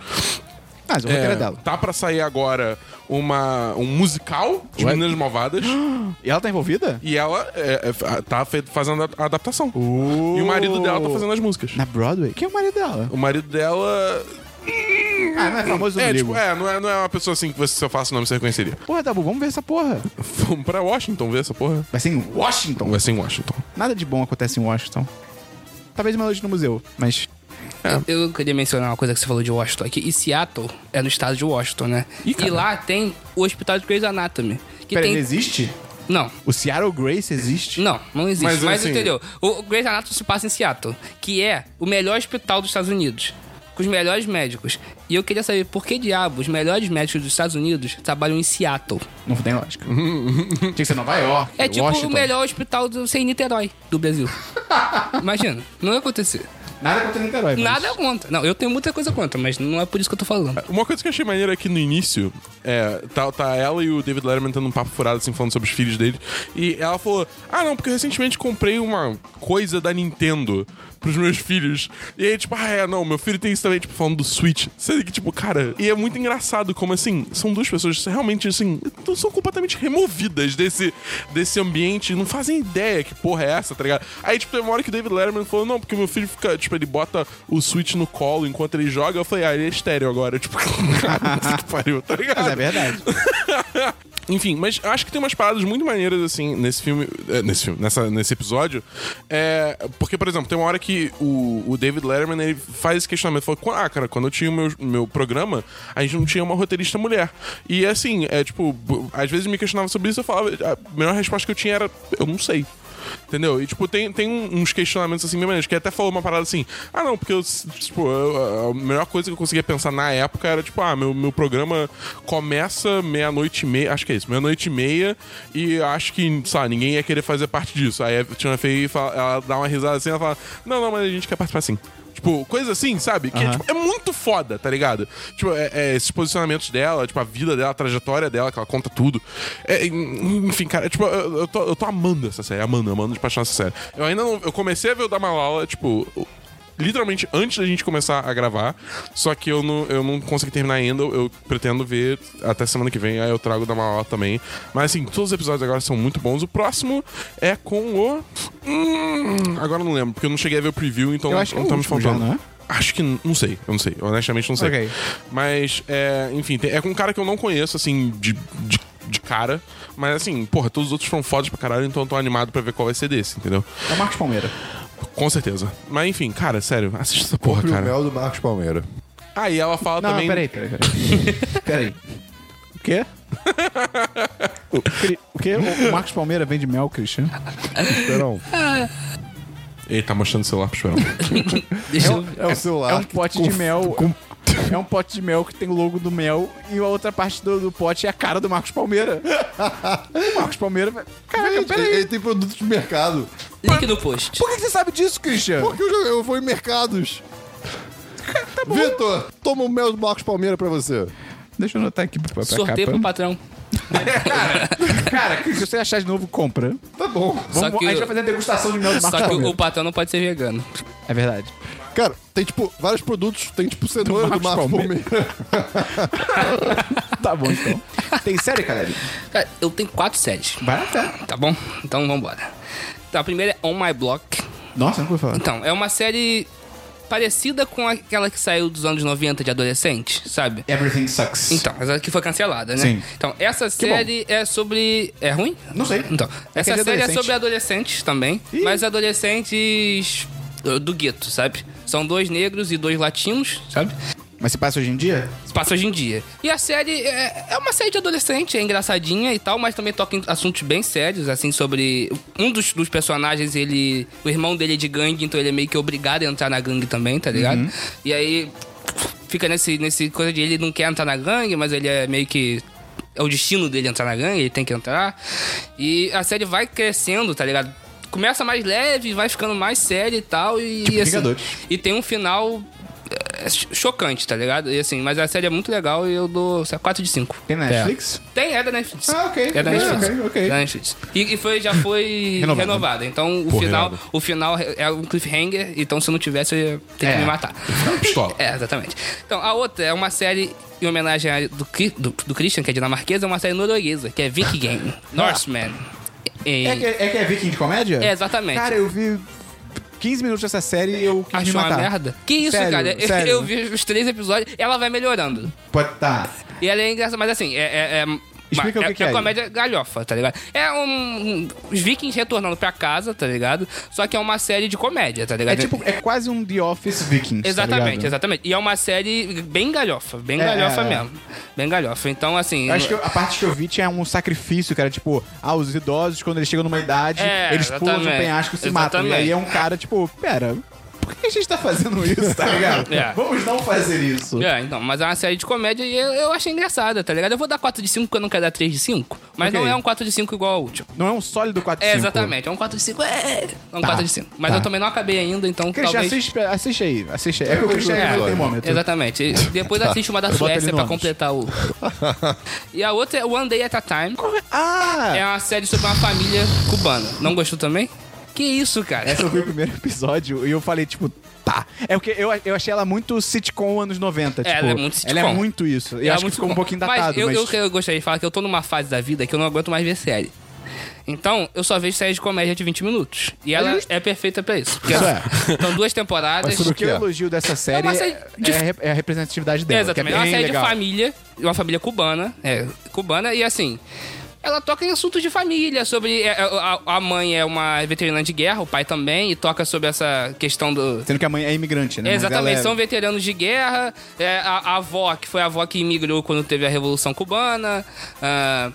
A: Mas o roteiro é
D: É,
A: dela.
D: Tá pra sair agora uma, um musical de
A: Ué?
D: Meninas Malvadas.
A: E ela tá envolvida?
D: e ela é, é, fa- tá fe- fazendo a adaptação.
A: Uh.
D: E o marido dela tá fazendo as músicas.
A: Na Broadway? Quem é o marido dela?
D: O marido dela.
A: Ah, não é famoso
D: É,
A: não
D: tipo,
A: ligo.
D: é, não é, não é uma pessoa assim que você, se eu faço o nome, você reconheceria.
A: Porra, Dabu, vamos ver essa porra.
D: Vamos pra Washington ver essa porra.
A: Vai ser em Washington.
D: Vai ser em Washington.
A: Nada de bom acontece em Washington. Talvez uma noite no museu, mas.
C: Eu queria mencionar uma coisa que você falou de Washington aqui. E Seattle é no estado de Washington, né? e lá tem o hospital de Grey's Anatomy. Que
A: Peraí,
C: tem...
A: não existe?
C: Não,
A: O Seattle Grace existe?
C: não, não existe.
D: Mas,
C: Mas,
D: assim-
C: entendeu? O Grey's Anatomy se passa em Seattle, que é o melhor hospital dos Estados Unidos. Com os melhores médicos. E eu queria saber por que diabo os melhores médicos dos Estados Unidos trabalham em Seattle.
A: Não tem lógica. Tinha que ser Nova York.
C: É tipo
A: Washington.
C: o melhor hospital do, sem Niterói do Brasil. Imagina, não ia acontecer.
A: Nada contra Niterói. mas-
C: Nada é contra. Não, eu tenho muita coisa contra, mas não é por isso que eu tô falando.
D: Uma coisa que eu achei maneira é que no início, é, tá, tá ela e o David Letterman tendo um papo furado, assim, falando sobre os filhos dele. E ela falou: Ah, não, porque eu recentemente comprei uma coisa da Nintendo pros meus filhos. E aí, tipo, ah, é, não, meu filho tem isso também, tipo, falando do Switch. Sendo que, tipo, cara, e é muito engraçado como, assim, são duas pessoas que realmente, assim, não são completamente removidas desse, desse ambiente, não fazem ideia que porra é essa, tá ligado? Aí, tipo, tem uma hora que o David Letterman falou, não, porque meu filho fica, tipo, ele bota o Switch no colo enquanto ele joga. Eu falei, ah, ele é estéreo agora. Eu, tipo, cara, puta que pariu, tá ligado?
A: Mas é verdade.
D: Enfim, mas eu acho que tem umas paradas muito maneiras, assim, nesse filme. é, Nesse filme, nessa, nesse episódio. É, porque, por exemplo, tem uma hora que o, o David Letterman ele faz esse questionamento. Falou, ah, cara, quando eu tinha o meu, meu programa, a gente não tinha uma roteirista mulher. E assim, é tipo, b- às vezes me questionava sobre isso, eu falava, a melhor resposta que eu tinha era, eu não sei. Entendeu? E, tipo, tem, tem um- uns questionamentos assim, mesmo, que até falou uma parada assim, ah, não, porque, eu, tipo, eu- a melhor coisa que eu conseguia pensar na época era, tipo, ah, meu, meu programa começa meia-noite e meia, acho que é isso, meia-noite e meia, e acho que, sabe, ninguém ia querer fazer parte disso. Aí a Tina Fey, fala- ela dá uma risada assim, ela fala, não, não, mas a gente quer participar sim. Tipo, coisa assim, sabe? Que é,
A: Aham.
D: tipo, é muito foda, tá ligado? Tipo, é- é esses posicionamentos dela, tipo, a vida dela, a trajetória dela, que ela conta tudo. É, en- enfim, cara, tipo, eu, eu tô, eu tô amando essa série, amando, amando de paixão essa série. Eu ainda não. Eu comecei a ver o da Malala, tipo. Literalmente antes da gente começar a gravar. Só que eu não, eu não consegui terminar ainda. Eu pretendo ver até semana que vem. Aí eu trago o da Malala também. Mas assim, todos os episódios agora são muito bons. O próximo é com o. Hum, agora eu não lembro, porque eu não cheguei a ver o preview, então
A: Eu acho que é
D: não
A: o
D: tá me
A: último já,
D: faltando.
A: não é?
D: Acho que. n- Não sei. Eu não sei. Honestamente, não sei.
A: Ok.
D: Mas, é, enfim, tem- é com um cara que eu não conheço, assim, de. de de cara, mas assim, porra, todos os outros foram fodas pra caralho, então eu tô animado pra ver qual vai ser desse, entendeu?
A: É o Marcos Palmeira.
D: Com certeza. Mas enfim, cara, sério, assista essa porra,
B: Compre o
D: cara.
B: mel do Marcos Palmeira.
D: Aí ela fala
A: Não,
D: também.
A: peraí, peraí, peraí. peraí. O quê? O quê? O Marcos Palmeira vende mel, Christian?
B: Então,
D: Ele tá mostrando o celular pro Chorão.
C: Deixa eu-
B: é o celular.
A: É um pote de mel. É um pote de mel que tem o logo do mel e a outra parte do, do pote é a cara do Marcos Palmeira. O Marcos Palmeira. vai- Caraca,
B: Gente, ele,
A: peraí.
B: ele tem produtos de mercado.
C: Link no post.
A: Por que você sabe disso, Christian?
B: Porque eu, já- eu vou em mercados. Tá Vitor, toma o mel do Marcos Palmeira pra você.
A: Deixa eu anotar aqui pra, pra
C: Sorteio pro
A: capa.
C: patrão.
A: Cara, Christian, se você achar de novo, compra.
B: Tá bom.
C: Só
A: Vamos-
C: que
A: a gente
C: o-
A: vai fazer a degustação de mel do Marcos
C: Só que
A: Palmeira.
C: o patrão não pode ser vegano.
A: É verdade.
B: Cara, tem tipo vários produtos. Tem tipo cenoura do
A: Marcos
B: Marcos
A: Palmeira.
B: Palmeira.
A: Tá bom, então. Tem série, galera?
C: Cara, eu tenho quatro séries,
A: Vai até.
C: tá bom? Então vambora. Então, a primeira é On My Block.
A: Nossa, não vou falar.
C: Então, é uma série parecida com aquela que saiu dos anos 90 de adolescente, sabe?
A: Everything Sucks.
C: Então, mas a que foi cancelada, né?
A: Sim.
C: Então, essa
A: bom.
C: série é sobre. É ruim?
A: Não sei.
C: Então,
A: É
C: essa
A: que é de
C: série é
A: adolescente.
C: sobre adolescentes também, mas adolescentes do, do gueto, sabe? São dois negros e dois latinos, sabe?
A: Mas se passa hoje em dia?
C: Se passa hoje em dia. E a série é, é uma série de adolescente, é engraçadinha e tal, mas também toca em assuntos bem sérios, assim, sobre. Um dos, dos personagens, ele. O irmão dele é de gangue, então ele é meio que obrigado a entrar na gangue também, tá ligado? E aí. Fica nesse, nesse coisa de ele não quer entrar na gangue, mas ele é meio que é o destino dele entrar na gangue, ele tem que entrar. E a série vai crescendo, tá ligado? Começa mais leve, vai ficando mais séria e tal. E, e, assim,
A: Vingadores.
C: e tem um final é, cho- chocante, tá ligado? E assim, mas a série é muito legal e eu dou sei lá, 4 de 5.
A: Tem na Netflix?
C: Tem, é da Netflix.
A: Ah, ok.
C: É da
A: É,
C: Netflix.
A: ok, ok.
C: É da Netflix. E, e foi, já foi
A: Renovada.
C: renovada. Então o
D: Pô,
C: final,
D: renovada.
C: o final é um cliffhanger, então se eu não tivesse, eu ia ter
A: É.
C: que me matar.
D: Pistola.
C: É, exatamente. Então, a outra é uma série em homenagem a- do, Cri- do, do Christian, que é dinamarquesa, é uma série norueguesa, que é Viking Game,
A: Ah.
C: Norseman. E-
A: É que, é que é viking de comédia?
C: É, exatamente.
A: Cara, eu vi 15 minutos dessa série e eu quis me
C: Achou uma
A: matar.
C: merda? Que isso,
A: Sério,
C: cara? Eu-
A: sério.
C: Eu vi os três episódios, ela vai melhorando.
A: Pode tá.
C: E ela é engraçada, mas assim, é. é, é-
A: Explica
C: é,
A: o que que é.
C: comédia galhofa, tá ligado? É um, um- Os vikings retornando pra casa, tá ligado? Só que é uma série de comédia, tá
A: É
C: ligado?
A: tipo, é quase um The Office Vikings.
C: Exatamente,
A: tá ligado?
C: exatamente. E é uma série bem galhofa, bem
A: É,
C: galhofa
A: é, é.
C: mesmo. Bem galhofa. Então, assim.
A: Eu Acho que a parte que eu vi tinha um sacrifício, cara. Tipo, ah, os idosos, quando eles chegam numa idade,
C: É,
A: eles pulam de um
C: exatamente.
A: penhasco e se matam. E aí
C: Exatamente.
A: é um cara, tipo, pera, por que a gente tá fazendo isso, tá ligado?
C: É.
A: Vamos não fazer isso.
C: É, então, mas é uma série de comédia e eu, eu achei engraçada, tá ligado? Eu vou dar 4 de 5 porque eu não quero dar 3 de 5, mas
A: Ok.
C: não é um 4 de 5 igual ao último.
A: Não é um sólido 4
C: É, exatamente, é um 4 de 5, é, é um
A: Tá,
C: 4 de 5. Mas
A: tá.
C: eu também não acabei ainda, então
A: Christian,
C: talvez...
A: assiste, assiste aí, assiste aí. É que o Christian é,
C: É,
A: o termômetro.
C: Exatamente. E Depois assiste uma da
A: boto ele
C: Suécia
A: no
C: pra
A: ônibus.
C: completar o... e a outra é One Day at a Time.
A: Ah!
C: É uma série sobre uma família cubana. Não gostou também? Que isso, cara?
A: Essa eu vi é o primeiro episódio e eu falei, tipo, tá. É porque eu, eu achei ela muito sitcom anos 90.
C: É,
A: tipo,
C: ela é muito
A: Ela é
C: sitcom.
A: muito isso. E
C: É
A: acho que
C: muito
A: ficou um
C: bom.
A: pouquinho datado, mas...
C: eu, eu, eu gostaria de falar que eu tô numa fase da vida que eu não aguento mais ver série. Então, eu só vejo séries de comédia de 20 minutos. E ela é perfeita pra isso. Porque
A: Isso é.
C: São duas temporadas.
B: Mas sobre
A: O que eu elogio dessa série
C: é mas
A: é,
C: é de-
A: é a rep- é a representatividade
C: É,
A: dela.
C: exatamente.
A: Que
C: É
A: é
C: uma
A: bem
C: série
A: legal.
C: de família, uma família cubana, é, cubana, e assim, ela toca em assuntos de família, sobre. é, é, A, a mãe é uma veterana de guerra, o pai também, e toca sobre essa questão do.
A: Sendo que a mãe é imigrante, né? Mas
C: Exatamente,
A: ela é-
C: são veteranos de guerra, é, a, a avó, que foi a avó que imigrou quando teve a Revolução Cubana. ah,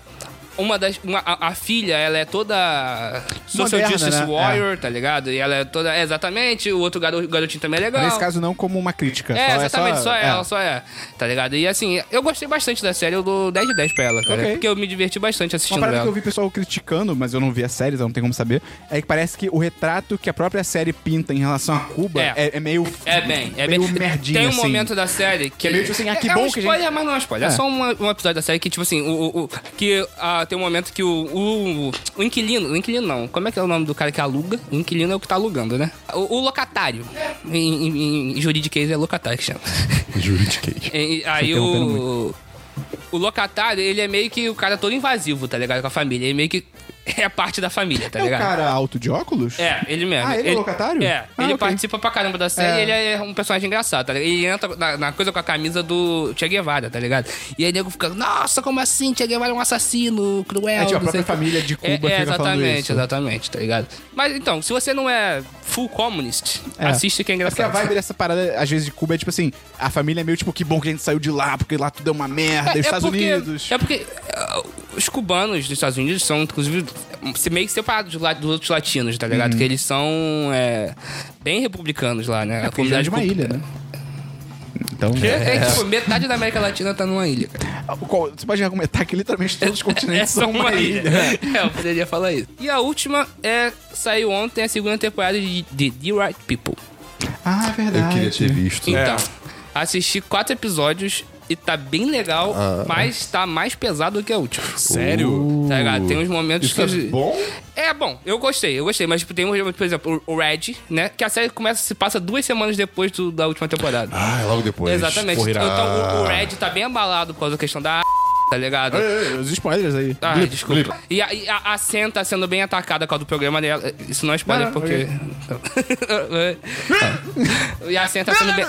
C: uma das. uma- a, a filha, ela é toda. Social
A: Moderna,
C: Justice
A: né?
C: Warrior, tá ligado? E ela é toda. é, exatamente, o outro garo- garotinho também é legal.
A: Nesse caso, não como uma crítica.
C: É,
A: só
C: exatamente,
A: só,
C: só, ela,
A: é.
C: só é. Tá ligado? E assim, eu gostei bastante da série, eu dou 10 de 10 pra ela, cara.
A: Ok.
C: Porque eu me diverti bastante
A: Uma
C: assistindo
A: parada
C: ela.
A: que eu vi pessoal criticando, mas eu não vi a série, então não tem como saber, é que parece que o retrato que a própria série pinta em relação a Cuba
C: É.
A: é, é meio.
C: É bem, é bem.
A: meio merdinha,
C: Tem um
A: assim.
C: momento da série que.
A: é meio tipo assim, ah, que
C: é
A: bom
C: um
A: que a gente-
C: spoiler, mas não é um spoiler. É,
A: É.
C: só uma- um episódio da série que, tipo assim, o, o- o- que ah, tem um momento que o, o, o inquilino. O inquilino não. Como é que é o nome do cara que aluga? O inquilino é o que tá alugando, né? O, o locatário. Em, em, em juridiquês é locatário que chama.
D: Juridiquês.
C: E- e- aí
A: interrompendo
C: o. O locatário, ele é meio que o cara todo invasivo, tá ligado? Com a família. Ele meio que é parte da família, tá
A: É o
C: ligado?
A: cara alto de óculos?
C: É, ele mesmo.
A: Ah, ele é locatário?
C: É,
A: Ah,
C: ele
A: ok.
C: participa pra caramba da
A: É.
C: série e ele é um personagem engraçado, tá ligado? Ele entra na, na coisa com a camisa do Che Guevara, tá ligado? E aí o nego fica, nossa, como assim? Che Guevara é um assassino, cruel.
A: É, tipo, a
C: não
A: própria
C: sei o quê."
A: família de Cuba
C: É,
A: fica
C: é,
A: falando
C: exatamente,
A: isso.
C: exatamente, tá ligado? Mas então, se você não é full communist,
A: É.
C: assiste que é
A: Porque a
C: engraçado.
A: vibe dessa parada, às vezes, de Cuba é tipo assim: a família é meio tipo, que bom que a gente saiu de lá, porque lá tudo é uma merda, e os Estados
C: porque,
A: Unidos.
C: É porque ah, os cubanos dos Estados Unidos são, inclusive, se meio que separados dos, la- dos outros latinos, tá
A: Uhum.
C: ligado? Que eles são é, bem republicanos lá, né? a
A: Porque já é
C: comunidade
A: de uma
C: cub-
A: ilha, né? Então. é,
C: É, tipo, metade da América Latina tá numa ilha. cara.
A: Qual- Você pode argumentar que literalmente todos os
C: É
A: continentes
C: só uma ilha. É, eu poderia falar isso. E a última é saiu ontem a segunda temporada de, de The Right People.
A: Ah,
B: Eu
A: verdade.
B: queria ter visto.
C: Então, assisti quatro episódios e tá bem legal, mas tá mais pesado do que a última.
D: Sério?
C: Tá ligado? Tem uns momentos
B: Isso é
C: que.
B: bom?
C: É bom, eu gostei, eu gostei, mas tipo, tem um, por exemplo, o Red, né? Que a série começa, se passa duas semanas depois do- da última temporada.
B: Ah, é logo depois.
C: Exatamente.
D: porra, irá.
C: Então o, o Red tá bem abalado por causa da questão da tá ligado?
A: Os spoilers aí.
C: Ah,
B: Blip,
C: desculpa.
B: blip.
C: E a, e a, a Sen tá sendo bem atacada com a do programa dela. Isso não é spoiler,
A: Não, não,
C: porque. e a Sen tá sendo bem.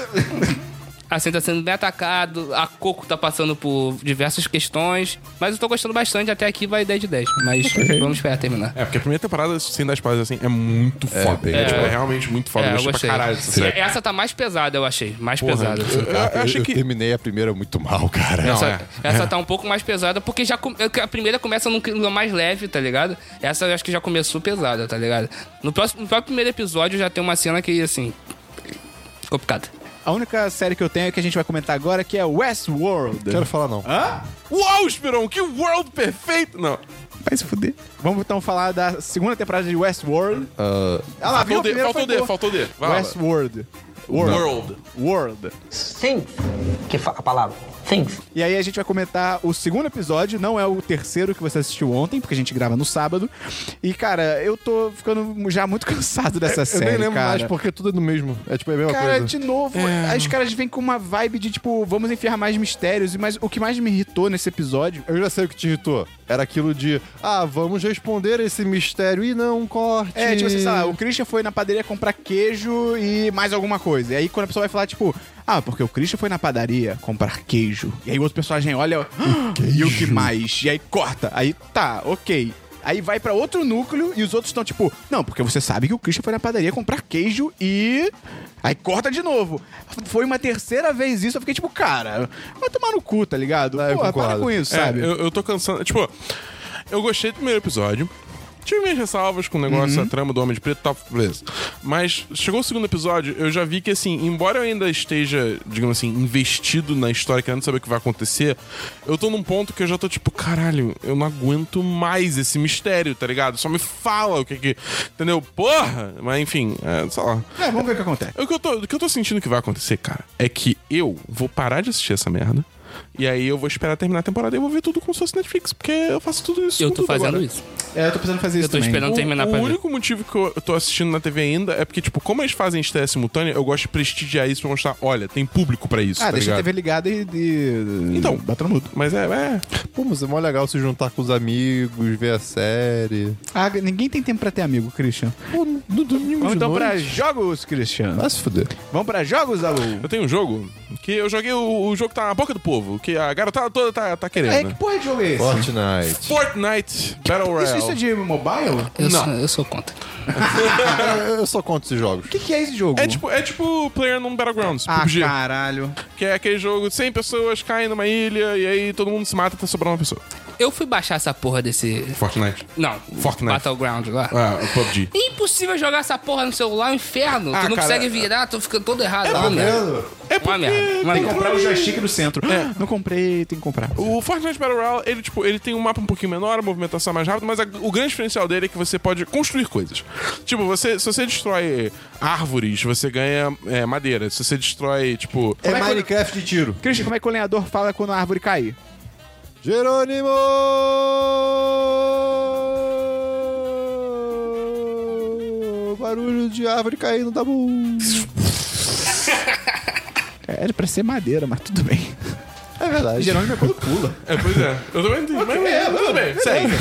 C: A Sen tá sendo bem atacado, a Coco tá passando por diversas questões, mas eu tô gostando bastante, até aqui vai 10 de 10. Mas vamos esperar terminar.
D: É, porque a primeira temporada, sem dar spoilers, assim, é muito foda.
B: bem-
D: É, tipo, é realmente muito foda.
C: É,
D: eu
C: eu
D: gostei pra
C: gostei.
D: caralho dessa série.
A: É
C: E Essa tá mais pesada, eu achei. Mais
D: Porra,
C: pesada.
D: eu- eu- eu achei
B: eu
D: que...
B: terminei a primeira muito mal, cara.
D: Não,
C: Essa,
D: é,
C: essa tá um pouco mais pesada, porque já come- a primeira começa num clima mais leve, tá ligado? Essa eu acho que já começou pesada, tá ligado? No, próximo, no próprio primeiro episódio já tem uma cena que, assim. Complicada.
A: A única série que eu tenho é que a gente vai comentar agora, que é Westworld.
B: Não quero falar, não.
A: Hã?
D: Uau, Esperão, que world perfeito! Não.
A: Vai se fuder. Vamos então falar da segunda temporada de Westworld. Ah lá, viu?
D: Faltou
A: A
D: o D,
A: primeira
D: faltou
A: foi
D: o D,
A: boa. é
D: faltou o D. Vai lá.
A: Westworld. World.
D: World.
A: World.
F: Things. Que fa- a palavra. Things.
A: E aí a gente vai comentar o segundo episódio, não é o terceiro que você assistiu ontem, porque a gente grava no sábado. E, cara, eu tô ficando já muito cansado dessa
B: Eu
A: série,
B: nem lembro
A: cara.
B: mais, porque tudo é do mesmo. É tipo, é a mesma
A: Cara,
B: coisa.
A: de novo,
D: É.
A: aí os caras vêm com uma vibe de tipo, vamos enfiar mais mistérios. e- Mas o que mais me irritou nesse episódio
B: Eu já sei o que te irritou. Era aquilo de, ah, vamos responder esse mistério e não um corte.
A: É, tipo assim, sei lá, o Christian foi na padaria comprar queijo e mais alguma coisa. E aí quando a pessoa vai falar, tipo, ah, porque o Christian foi na padaria comprar queijo. E aí o outro personagem olha, "Ah, e o que mais? E aí corta. Aí tá, ok. Aí vai pra outro núcleo e os outros estão tipo, não, porque você sabe que o Christian foi na padaria comprar queijo e. Aí corta de novo. Foi uma terceira vez isso, eu fiquei tipo, cara, vai tomar no cu, tá ligado?
B: É, eu
A: Porra, para
B: concordo.
A: com isso,
D: É,
A: sabe?
D: Eu, eu tô cansando. Tipo, eu gostei do primeiro episódio. Tive minhas ressalvas com o negócio, da trama do Homem de Preto e tal, beleza. Mas chegou o segundo episódio, eu já vi que, assim, embora eu ainda esteja, digamos assim, investido na história, querendo saber o que vai acontecer, eu tô num ponto que eu já tô tipo, caralho, eu não aguento mais esse mistério, tá ligado? Só me fala o que que. Entendeu? Porra! Mas enfim, é, sei lá.
A: É, vamos ver o que acontece.
D: O que, eu tô, o que eu tô sentindo que vai acontecer, cara, é que eu vou parar de assistir essa merda. E aí eu vou esperar terminar a temporada e eu vou ver tudo como se fosse Netflix, porque eu faço tudo isso.
C: Eu
D: com
C: tô
D: tudo
C: fazendo
D: agora.
C: isso.
A: É, eu tô precisando fazer
C: Eu
A: isso
C: tô
A: também.
C: esperando terminar
D: o,
C: pra
D: o
C: ver.
D: único motivo que eu tô assistindo na TV ainda é porque, tipo, como eles fazem estreia simultânea, eu gosto de prestigiar isso pra mostrar, olha, tem público pra isso,
A: Ah,
D: tá
A: deixa
D: ligado?
A: a TV ligada e... e...
D: Então.
A: Bota no mudo.
D: Mas é, é.
B: Pô, mas é mó legal se juntar com os amigos, ver a série.
A: Ah, ninguém tem tempo pra ter amigo, Christian.
B: Pô, no domingo
A: Vamos
B: de
A: então pra
B: noite.
A: jogos, Christian.
B: Vai se fuder.
A: Vamos pra jogos, Alu.
D: Eu tenho um jogo que eu joguei o, o jogo que tá na boca do povo, que a garotada toda tá, tá
A: É,
D: querendo.
A: que porra de jogo é esse?
B: Fortnite.
D: Fortnite Battle Royale.
A: Isso, isso é de mobile? O
C: Eu, Sou, eu sou contra.
B: Eu só conto esses jogos.
A: que, que é esse jogo?
D: É tipo, é tipo Player Num Battlegrounds,
A: Ah,
D: PUBG.
A: caralho.
D: é Que é aquele jogo de 100 pessoas caem numa ilha e aí todo mundo se mata até sobrar uma pessoa.
C: Eu fui baixar essa porra desse.
D: Fortnite.
C: Não,
D: Fortnite.
C: Battleground lá.
D: Ah, o PUBG.
C: É impossível jogar essa porra no celular, é um inferno.
D: Ah,
C: tu não
D: cara,
C: consegue virar, tu fica todo errado. É uma merda. É uma merda. Uma
A: Tem que
C: merda.
A: comprar o joystick do centro. Não comprei, tem que comprar.
D: O Fortnite Battle Royale, ele, tipo, ele tem um mapa um pouquinho menor, a movimentação é mais rápida, mas a- o grande diferencial dele é que você pode construir coisas. Tipo, você, se você destrói árvores, você ganha é, madeira. Se você destrói, tipo...
B: É
A: Como é que-
B: Minecraft de tiro.
A: Christian, como é que o lenhador fala quando a árvore cai?
B: Jerônimo! Barulho de árvore caindo da bunda.
A: É, Era pra ser madeira, mas tudo bem.
B: É verdade.
A: Jerônimo é quando pula.
D: É, pois é. Eu também entendi. Mas, tudo bem, segue.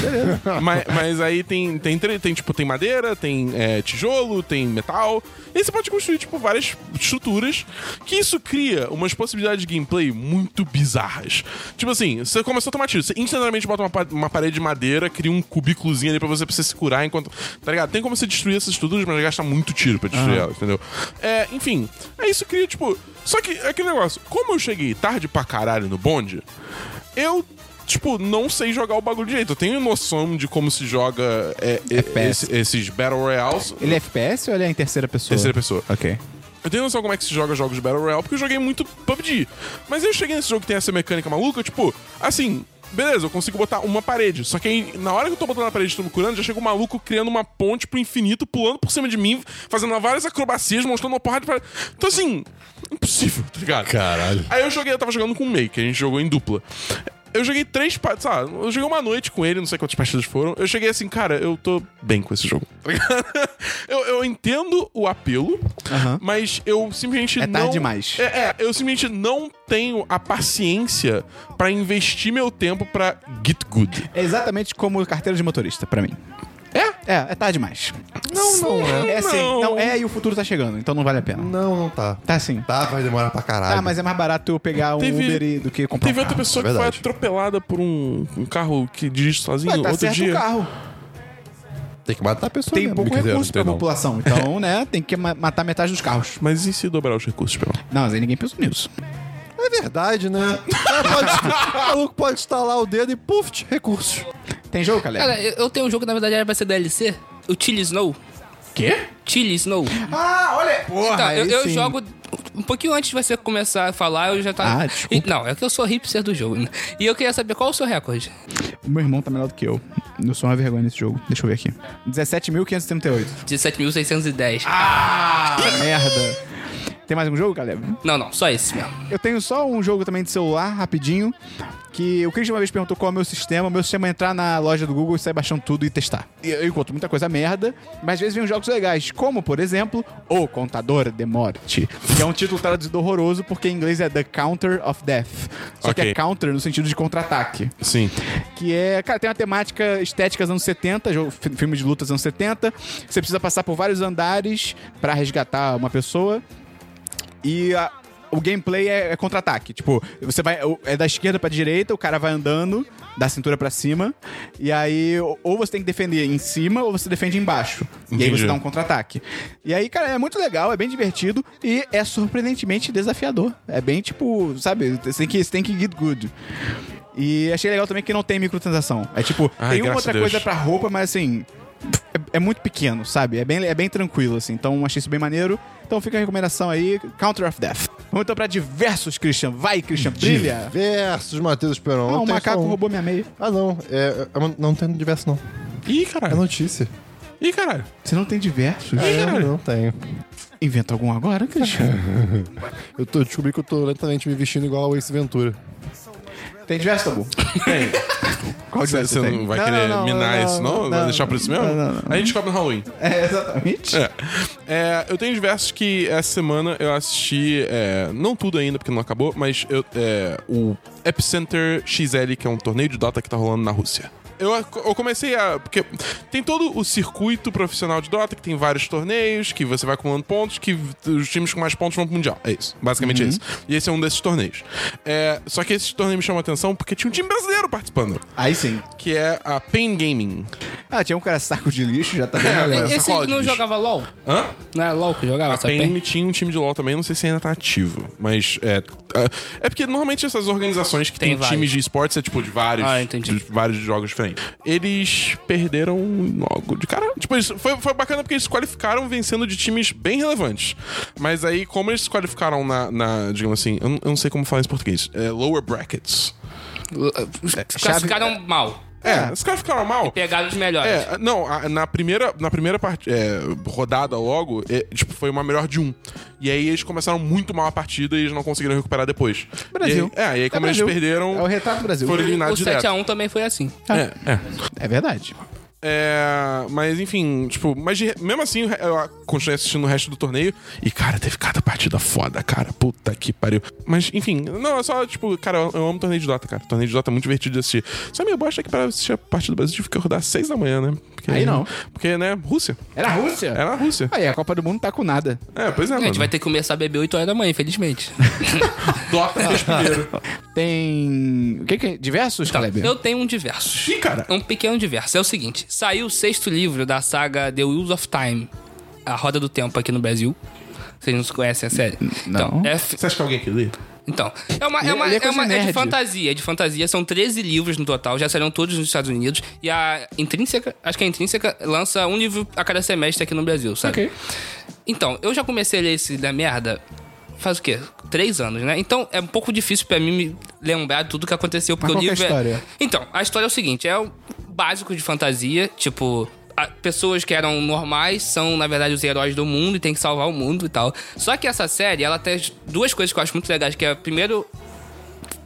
D: Mas, mas aí tem, tem, tre- tem, tipo, tem madeira, tem é, tijolo, tem metal. E você pode construir, tipo, várias estruturas. Que isso cria umas possibilidades de gameplay muito bizarras. Tipo assim, você começou a tomar tiro. Você instantaneamente bota uma, pa- uma parede de madeira, cria um cubículozinho ali pra você, pra você se curar enquanto... Tá ligado? Tem como você destruir essas estruturas, mas gasta muito tiro pra destruir elas, entendeu? É, enfim, é isso cria, tipo... Só que, é aquele negócio, como eu cheguei tarde pra caralho no bonde, eu, tipo, não sei jogar o bagulho direito. Eu tenho noção de como se joga é, é,
A: FPS.
D: esse- esses Battle Royales.
A: Ele é FPS ou ele é em terceira pessoa?
D: Terceira pessoa.
A: Ok.
D: Eu tenho noção como é que se joga jogos de Battle Royale, porque eu joguei muito PUBG. Mas eu cheguei nesse jogo que tem essa mecânica maluca, tipo, assim, beleza, eu consigo botar uma parede. Só que aí, na hora que eu tô botando a parede e tô me curando, já chega um maluco criando uma ponte pro infinito, pulando por cima de mim, fazendo várias acrobacias, mostrando uma porrada de parede. Então, assim, impossível, tá ligado?
B: Caralho.
D: Aí eu joguei, eu tava jogando com o May, que a gente jogou em dupla. Eu joguei três partidas, sabe? Eu joguei uma noite com ele, não sei quantas partidas foram. Eu cheguei assim, cara, eu tô bem com esse jogo. tá ligado? eu, eu entendo o apelo, mas eu simplesmente
A: É
D: não.
A: tarde demais.
D: É, é, eu simplesmente não tenho a paciência pra investir meu tempo pra get good.
A: É exatamente como carteira de motorista, pra mim. É? É, é tarde demais.
D: Não,
A: É, sim. Não, é e o futuro tá chegando, então não vale a pena.
B: Não, não tá.
A: Tá sim.
B: Tá, vai demorar pra caralho.
A: Ah, mas é mais barato eu pegar um
D: Teve-
A: Uber e- do que comprar
D: Teve
A: um
D: outra
A: carro.
D: pessoa
B: é
D: que foi
B: verdade.
D: atropelada por um, um carro que dirige sozinho
A: Ué, tá
D: outro
A: certo
D: dia.
A: o carro.
B: Tem que matar a pessoa
A: Tem
B: mesmo,
A: pouco
B: brincadeira,
A: recurso
B: não
A: pra
B: tem não.
A: população, então, né, tem que ma- matar metade dos carros.
D: Mas e se dobrar os recursos, pelo
A: Não, mas aí ninguém pensou nisso.
B: É verdade, né? O cara pode- o maluco pode instalar o dedo e puf, recursos.
A: Tem jogo, galera?
C: Cara, eu eu tenho um jogo que na verdade era pra ser DLC, o Chili Snow.
A: Quê?
C: Chili Snow.
A: Ah, olha! Porra,
C: Então, eu,
A: aí
C: eu
A: sim.
C: jogo. Um pouquinho antes de você começar a falar, eu já tava.
A: Ah, desculpa.
C: E- não, é que eu sou hipster do jogo. né? E eu queria saber qual o seu recorde.
A: O meu irmão tá melhor do que eu. Eu sou uma vergonha nesse jogo. Deixa eu ver aqui. 17.538.
C: 17.610.
A: Ah, merda. Tem mais um jogo, galera?
C: Não, não, só esse mesmo.
A: Eu tenho só um jogo também de celular, rapidinho, que o Christian uma vez perguntou qual é o meu sistema. O meu sistema é entrar na loja do Google e sair baixando tudo e testar. E eu encontro muita coisa merda, mas às vezes vem uns jogos legais, como, por exemplo, O Contador de Morte, que é um título traduzido horroroso porque em inglês é The Counter of Death. Só que
D: Ok.
A: é counter no sentido de contra-ataque
D: Sim.
A: que é, cara, tem uma temática estética dos anos 70, jogo, fi- filme de luta dos anos 70. Você precisa passar por vários andares pra resgatar uma pessoa. E a- o gameplay é, é contra-ataque. Tipo, você vai o- é da esquerda pra direita, o cara vai andando da cintura pra cima, e aí ou- ou você tem que defender em cima ou você defende embaixo. E aí
D: Entendi.
A: você dá um contra-ataque. E aí, cara, é muito legal, é bem divertido e é surpreendentemente desafiador. É bem tipo, sabe, você tem que, você tem que get good. E achei legal também que não tem microtransação. É tipo,
D: Ai,
A: tem uma
D: graças a
A: outra
D: Deus.
A: coisa pra roupa, mas assim. É, é muito pequeno, sabe? É bem, é bem tranquilo, assim. Então achei isso bem maneiro. Então fica a recomendação aí: Counter of Death. Vamos então pra diversos, Christian. Vai, Christian, brilha!
B: Versus Matheus Peron.
A: Ah,
B: Não,
A: o
B: tem
A: macaco
B: só um.
A: roubou minha meia.
B: Ah, não. É, é uma- não tem diverso, não.
D: Ih,
B: É
D: caralho.
B: notícia.
D: Ih, caralho.
A: Você não tem diversos?
B: É, não tenho.
A: Inventa algum agora, Christian?
B: Eu tô, descobri que eu tô lentamente me vestindo igual ao Ace Ventura.
A: tem diversos, tá Tabu?
D: Tem.
A: Qual
D: Você,
A: diverso
D: você
A: tem?
D: não vai
A: Não,
D: querer
A: não, não,
D: minar
A: não,
D: isso, não?
A: não,
D: vai deixar pra isso mesmo?
A: não, não, não.
D: A gente descobre no Halloween.
A: É, exatamente.
D: É. É, eu tenho diversos que essa semana eu assisti, é, não tudo ainda, porque não acabou, mas eu- é, o Epicenter XL, que é um torneio de Dota que tá rolando na Rússia. Eu, eu comecei a. Porque tem todo o circuito profissional de Dota, que tem vários torneios, que você vai acumulando pontos, que os times com mais pontos vão pro Mundial. É isso. Basicamente é isso. E esse é um desses torneios. É, só que esse torneio me chamou a atenção porque tinha um time brasileiro participando,
A: Aí sim.
D: que é a Pain Gaming.
A: Ah, tinha um cara saco de lixo, já tá bem
D: Essa
A: galera.
C: Esse
D: cola de
C: não
D: bicho.
C: jogava LOL?
D: Hã?
C: Não era LOL que jogava
D: A
C: essa pen?
D: PEN tinha um time de LoL também, não sei se ainda tá ativo, mas é, ah, É porque normalmente essas organizações que
C: Tem
D: têm
C: vários.
D: times de esportes é tipo de vários,
C: Ah, entendi.
D: de vários jogos diferentes. Eles perderam logo de cara. Tipo, eles- foi, foi bacana porque eles se qualificaram vencendo de times bem relevantes. Mas aí, como eles se qualificaram na, na, digamos assim, eu não, eu não sei como falar isso em português, é, lower brackets.
C: Os
A: É,
C: classificaram mal.
D: É, esses caras ficaram mal.
C: Pegaram os melhores.
D: É, não, a- na primeira, na primeira parte, é, rodada logo, é, tipo, foi uma melhor de um. E aí eles começaram muito mal a partida e eles não conseguiram recuperar depois.
A: Brasil.
D: E aí, é, e aí como
A: É
D: eles
A: Brasil.
D: perderam,
A: É o retrato do Brasil.
D: foram
C: o
D: eliminados direto.
C: 7x1 também foi assim.
D: É, é.
A: É verdade.
D: É, mas enfim, tipo, mas de- mesmo assim eu continuei assistindo o resto do torneio e, cara, teve cada partida foda, cara. Puta que pariu. Mas enfim, não, é só, tipo, cara, eu, eu amo torneio de Dota, cara. Torneio de Dota é muito divertido de assistir. Só é meio bosta que para assistir a partida do Brasil tive que rodar às seis da manhã, né? Porque,
A: Aí não.
D: Porque, né, Rússia.
A: Era a Rússia?
D: Era a É Rússia.
A: Aí, a Copa do Mundo tá com nada.
D: É, pois é,
C: A
D: mano.
C: gente vai ter que começar a beber 8 horas da manhã, infelizmente.
D: Dota fez primeiro.
A: Tem. O que que é? Diversos,
C: Então,
A: Caleb?
C: eu tenho um diverso.
D: Ih, cara.
C: Um pequeno diverso. É o seguinte: saiu o sexto livro da saga The Wheels of Time, A Roda do Tempo aqui no Brasil. Vocês não se conhecem, é sério?
A: Não.
C: Então, é, f-
D: Você acha que alguém aqui lê?
C: Então, é uma,
A: Lê-
C: é, uma,
A: lê
C: é,
A: coisa
C: uma- é
A: nerd.
C: de fantasia, é de fantasia. São 13 livros no total, já saíram todos nos Estados Unidos. E a Intrínseca, acho que a Intrínseca lança um livro a cada semestre aqui no Brasil, sabe?
A: Ok.
C: Então, eu já comecei a ler esse da merda faz o quê? Três anos, né? Então, é um pouco difícil pra mim me lembrar de tudo que aconteceu, porque
A: Mas
C: o
A: qual
C: livro
A: que é a
C: é-
A: história?
C: Então, a história é o seguinte, é o básico de fantasia, tipo... a- Pessoas que eram normais são, na verdade, os heróis do mundo e tem que salvar o mundo e tal. Só que essa série, ela tem duas coisas que eu acho muito legais, que é, primeiro,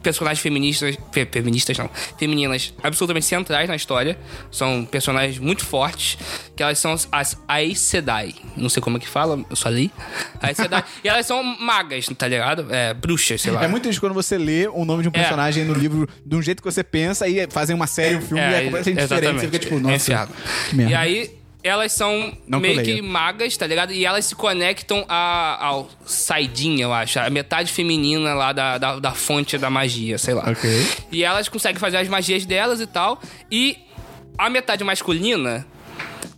C: personagens feministas, fe- feministas não, femininas absolutamente centrais na história. São personagens muito fortes, que elas são as- as Aes Sedai. Não sei como é que fala, eu só li. Aes Sedai. e elas são magas, tá ligado? É, bruxas, sei lá.
A: É muito isso quando você lê o nome de um
C: É.
A: personagem no livro de um jeito que você pensa e fazem uma série, um filme e é completamente diferente. Você fica tipo,
C: É
A: nossa.
C: enfiado.
A: que merda.
C: E aí, elas são
A: Não que eu
C: meio que,
A: leia.
C: magas, tá ligado? E elas se conectam a- ao Saidinha, eu acho. A metade feminina lá da, da, da fonte da magia, sei lá.
A: Ok.
C: E elas conseguem fazer as magias delas e tal. E a metade masculina,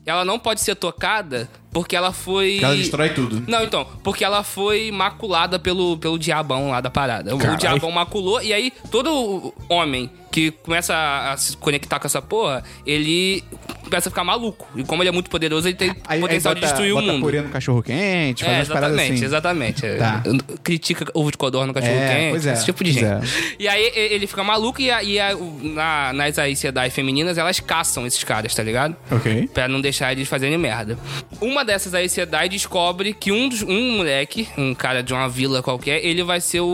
C: ela não pode ser tocada porque ela foi.
A: Ela destrói tudo.
C: Não, então, porque ela foi maculada pelo, pelo diabão lá da parada. O diabão maculou, e aí todo homem que começa a, a se conectar com essa porra, ele começa a ficar maluco. E como ele é muito poderoso, ele tem
A: Aí, aí bota,
C: potencial de destruir o
A: bota
C: mundo.
A: purê no cachorro quente, faz
C: É,
A: umas paradas
C: exatamente,
A: assim.
C: exatamente. É,
A: Tá.
C: Critica ovo de codorna no cachorro
A: É,
C: quente,
A: pois é,
C: esse tipo de
A: pois
C: gente.
A: é.
C: E aí e- ele fica maluco e, a- e a- o- na, nas aí Sedai femininas, elas caçam esses caras, tá ligado?
A: Ok.
C: Pra não deixar eles fazerem merda. Uma dessas aí, Sedai, descobre que um, dos, um moleque, um cara de uma vila qualquer, ele vai ser o,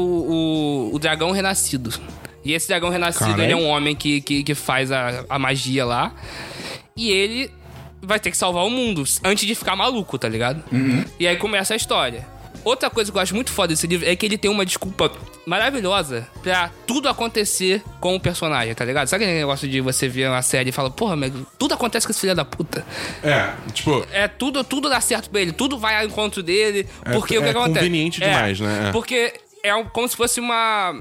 C: o, o dragão renascido. E esse dragão renascido,
D: Caralho.
C: ele é um homem que, que, que faz a, a magia lá. E ele vai ter que salvar o mundo antes de ficar maluco, tá ligado? E aí começa a história. Outra coisa que eu acho muito foda desse livro é que ele tem uma desculpa maravilhosa pra tudo acontecer com o personagem, tá ligado? Sabe aquele negócio de você ver uma série e fala, porra, mas tudo acontece com esse filho da puta?
D: É, tipo,
C: É, tudo, tudo dá certo pra ele, tudo vai ao encontro dele.
D: É,
C: Porque o que
D: é
C: acontece?
D: conveniente demais, né? É.
C: Porque é um- como se fosse uma.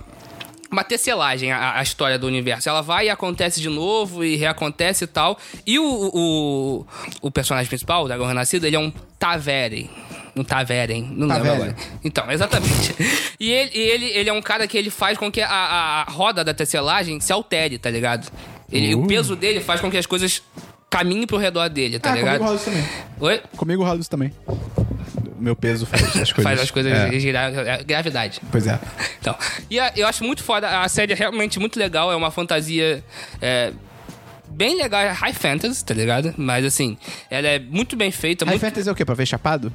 C: Uma tecelagem a, a história do universo. Ela vai e acontece de novo e reacontece e tal. E o, o, o personagem principal, o Dragão Renascido, ele é um Taveren. Um Taveren, não lembro
A: Taveren.
C: agora. Então, exatamente. e ele, e ele, ele é um cara que ele faz com que a, a- a roda da tecelagem se altere, tá ligado? Ele, O peso dele faz com que as coisas caminhem pro redor dele, tá
A: ah, comigo rola
C: ligado?
A: isso também.
C: Oi?
A: Comigo rola isso também. O meu peso faz as coisas.
C: Faz as coisas
A: É,
C: girar. é, Gravidade.
A: Pois é.
C: Então, e a- eu acho muito foda. A série é realmente muito legal. É uma fantasia. é, bem legal. É high fantasy, tá ligado? Mas assim, ela é muito bem feita.
A: High
C: muito...
A: Fantasy é o quê? Pra ver chapado?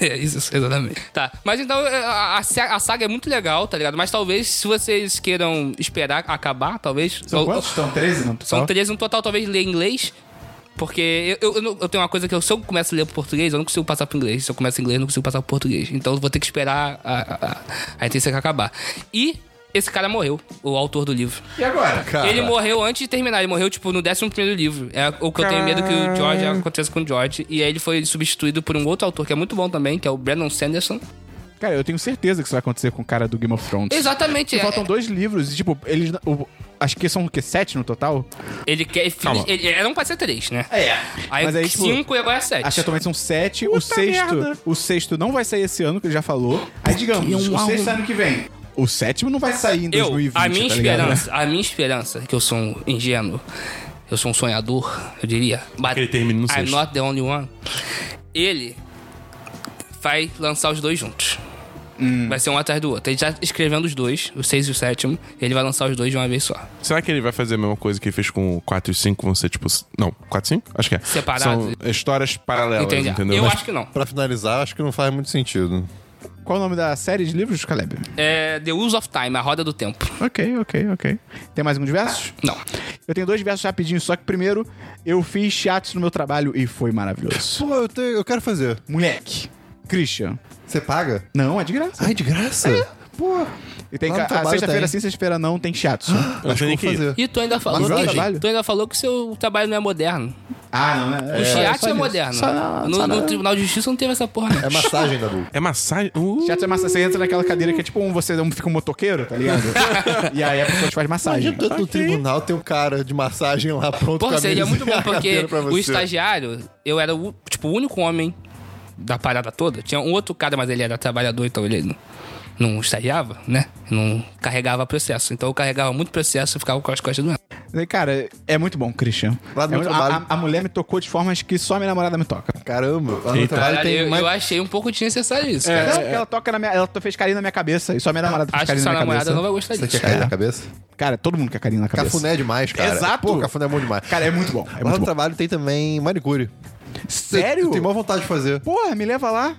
C: É, Isso, exatamente. Tá. Mas então, é, a, a se- a saga é muito legal, tá ligado? Mas talvez, se vocês queiram esperar acabar, talvez. ou-
A: São 13 não?
C: são 13 no um total, talvez ler em inglês. Porque eu, eu, eu não- eu tenho uma coisa que eu, se eu começo a ler pro português, eu não consigo passar pro inglês. Se eu começo em inglês, eu não consigo passar pro português. Então eu vou ter que esperar a, a, a, a intrínseca acabar. E esse cara morreu, o autor do livro.
A: E agora?
C: Ele morreu antes de terminar, ele morreu, tipo, no 11 livro. É o que eu tenho medo que o George aconteça com o George. E aí ele foi substituído por um outro autor que é muito bom também, que é o Brandon Sanderson.
A: Cara, eu tenho certeza que isso vai acontecer com o cara do Game of Thrones.
C: Exatamente.
A: E
C: é-
A: faltam dois livros e, tipo, eles. o- acho que são o quê? Sete no total?
C: Ele quer.
D: Calma.
C: Ele, era um pra ser três, né?
A: É.
C: Aí,
A: Mas aí, tipo,
C: 5 e agora é 7.
A: Acho que atualmente são sete. o sexto. O sexto não vai sair esse ano, que ele já falou. Aí digamos, o sexto ano que vem. O sétimo não vai sair em
C: um Eu,
A: 2020,
C: a minha
A: tá ligado?
C: esperança, a minha esperança, que eu sou um ingênuo, eu sou um sonhador, eu diria. But
D: Ele termina no
C: I'm
D: sexto.
C: not the only one. Ele vai lançar os dois juntos.
A: Hum.
C: Vai ser um atrás do outro. Ele já escrevendo os dois, o seis e o sétimo, ele vai lançar os dois de uma vez só.
D: Será que ele vai fazer a mesma coisa que ele fez com o 4 e 5? Vão ser tipo. Não, 4 e 5? Acho que é.
C: Separados.
D: São histórias paralelas,
C: Entendi.
D: entendeu?
C: Eu
D: Mas-
C: acho que não.
B: Pra finalizar, acho que não faz muito sentido.
A: Qual o nome da série de livros, Caleb?
C: É The Use of Time, a roda do tempo.
A: Ok, ok, ok. Tem mais um de versos?
C: Não.
A: Eu tenho dois versos rapidinhos, só que primeiro eu fiz chiatos no meu trabalho e foi maravilhoso.
B: Pô, eu, tenho- eu quero fazer.
A: Moleque. Christian.
B: Você paga?
A: Não, é de graça.
B: Ai, de graça? Pô.
A: E tem
B: Lá no
A: ca- a
B: trabalho
A: sexta-feira
B: tem.
A: sim, sexta-feira não, tem chiatos.
D: Eu não sei nem
B: Vou
D: que ir.
B: fazer.
C: E tu ainda falou
A: Mas é um
C: que
A: trabalho?
C: tu ainda falou que seu trabalho não é moderno.
A: ah, não, né?
C: o
A: só
C: chiate é
A: isso.
C: moderno.
A: Só não-
C: no,
A: só
C: no
A: não.
C: Tribunal de Justiça não teve essa porra.
B: É
C: não.
B: massagem, Dabu.
D: É massagem. Uh,
A: Chiatos é massa. Você entra naquela cadeira que é tipo um, você um- fica um motoqueiro, tá ligado? e aí a pessoa te faz massagem.
B: Dentro do tribunal tem um cara de massagem lá pronto com
C: Porra,
B: a
C: seria muito
B: mesa e
C: bom,
B: a
C: porque
B: cadeira pra
C: o
B: você.
C: estagiário, eu era o, tipo, o único homem da parada toda. Tinha um outro cara, mas ele era trabalhador, então ele não, não estagiava, né? Não carregava processo. Então eu carregava muito processo e ficava com as costas doendo.
A: E, Cara, é muito bom, Christian.
B: Lá no
A: É
B: meu
A: muito- a,
B: trabalho-
A: a- a mulher me tocou de formas que só a minha namorada me toca.
B: Caramba, lá no
D: Eita.
B: trabalho
C: Cara,
B: tem
C: eu,
B: mais... É.
C: eu achei um pouco desnecessário isso, cara.
A: Não, porque ela toca na minha. Ela to- fez carinho na minha cabeça e só a minha namorada fez
C: Acho que
A: carinho na
C: sua
A: minha
C: namorada
A: cabeça.
C: não vai gostar
B: Você
C: disso.
B: quer
A: É.
B: cair na cabeça?
A: Cara, todo mundo quer carinho na cabeça.
B: Cafuné é demais, cara.
A: Exato.
B: Pô, cafuné é bom demais.
A: Cara, é muito bom. É
B: lá
A: muito
B: no
A: bom.
B: trabalho tem também manicure.
A: Sério?
B: Eu tenho maior vontade de fazer.
A: Porra, me leva lá.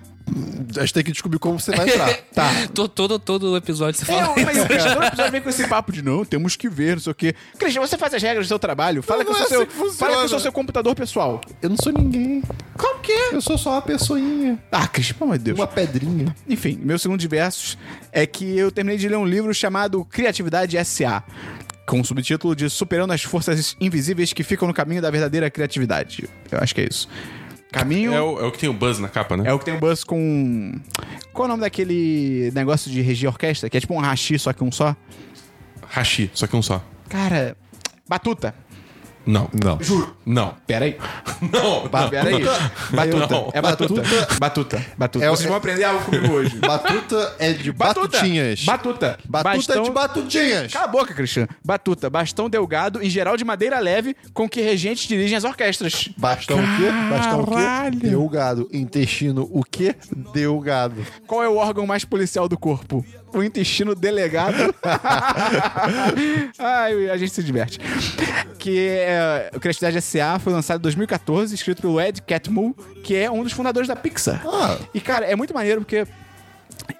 B: A gente tem que descobrir como você vai entrar.
A: Tá.
C: Todo, todo, todo episódio você
A: É,
C: fala.
A: mas o Christian todo episódio vem com esse papo de não, temos que ver, não sei o quê. Christian, você faz as regras do seu trabalho. Fala
B: Não,
A: que, eu
B: não
A: sou
B: é assim que
A: seu,
B: funciona.
A: fala que eu sou seu computador pessoal.
B: Eu não sou ninguém. Claro que é. Eu sou só uma pessoinha.
A: Ah, Christian, pelo amor de Deus.
B: Uma pedrinha.
A: Enfim, meu segundo de versos é que eu terminei de ler um livro chamado Criatividade S.A., com o subtítulo de Superando as Forças Invisíveis que Ficam no Caminho da Verdadeira Criatividade. Eu acho que é isso. Caminho
C: um.
D: é, o, é o que tem o Buzz na capa, né?
A: É o que tem o bus com. Qual é o nome daquele negócio de regia orquestra? Que é tipo um hashi, só que um só?
D: Hashi, só que um só.
A: Cara. Batuta.
D: Não.
B: Não.
D: Juro. Não.
A: Pera aí.
D: Não.
A: Ba- Tá, Pera aí. Batuta.
D: Não.
A: É batuta. Batuta. Batuta.
B: É o-
A: Vocês vão aprender algo comigo hoje.
B: Batuta é de
A: Batuta.
B: batutinhas.
A: Batuta. tipo,
B: Batuta
A: Bastão-
B: é de batutinhas.
A: Cala a boca, Cristiano. Batuta. Bastão delgado, em geral de madeira leve, com que regentes dirigem as orquestras.
B: Bastão o quê? Bastão o
A: Caralho.
B: quê? Deu gado. Intestino o quê? Deu gado.
A: Qual é o órgão mais policial do corpo? O intestino delegado. Ai, a gente se diverte. Que é, o Criatividade S.A. foi lançado em 2014, escrito pelo Ed Catmull, que é um dos fundadores da Pixar.
B: Ah.
A: E, cara, é muito maneiro porque...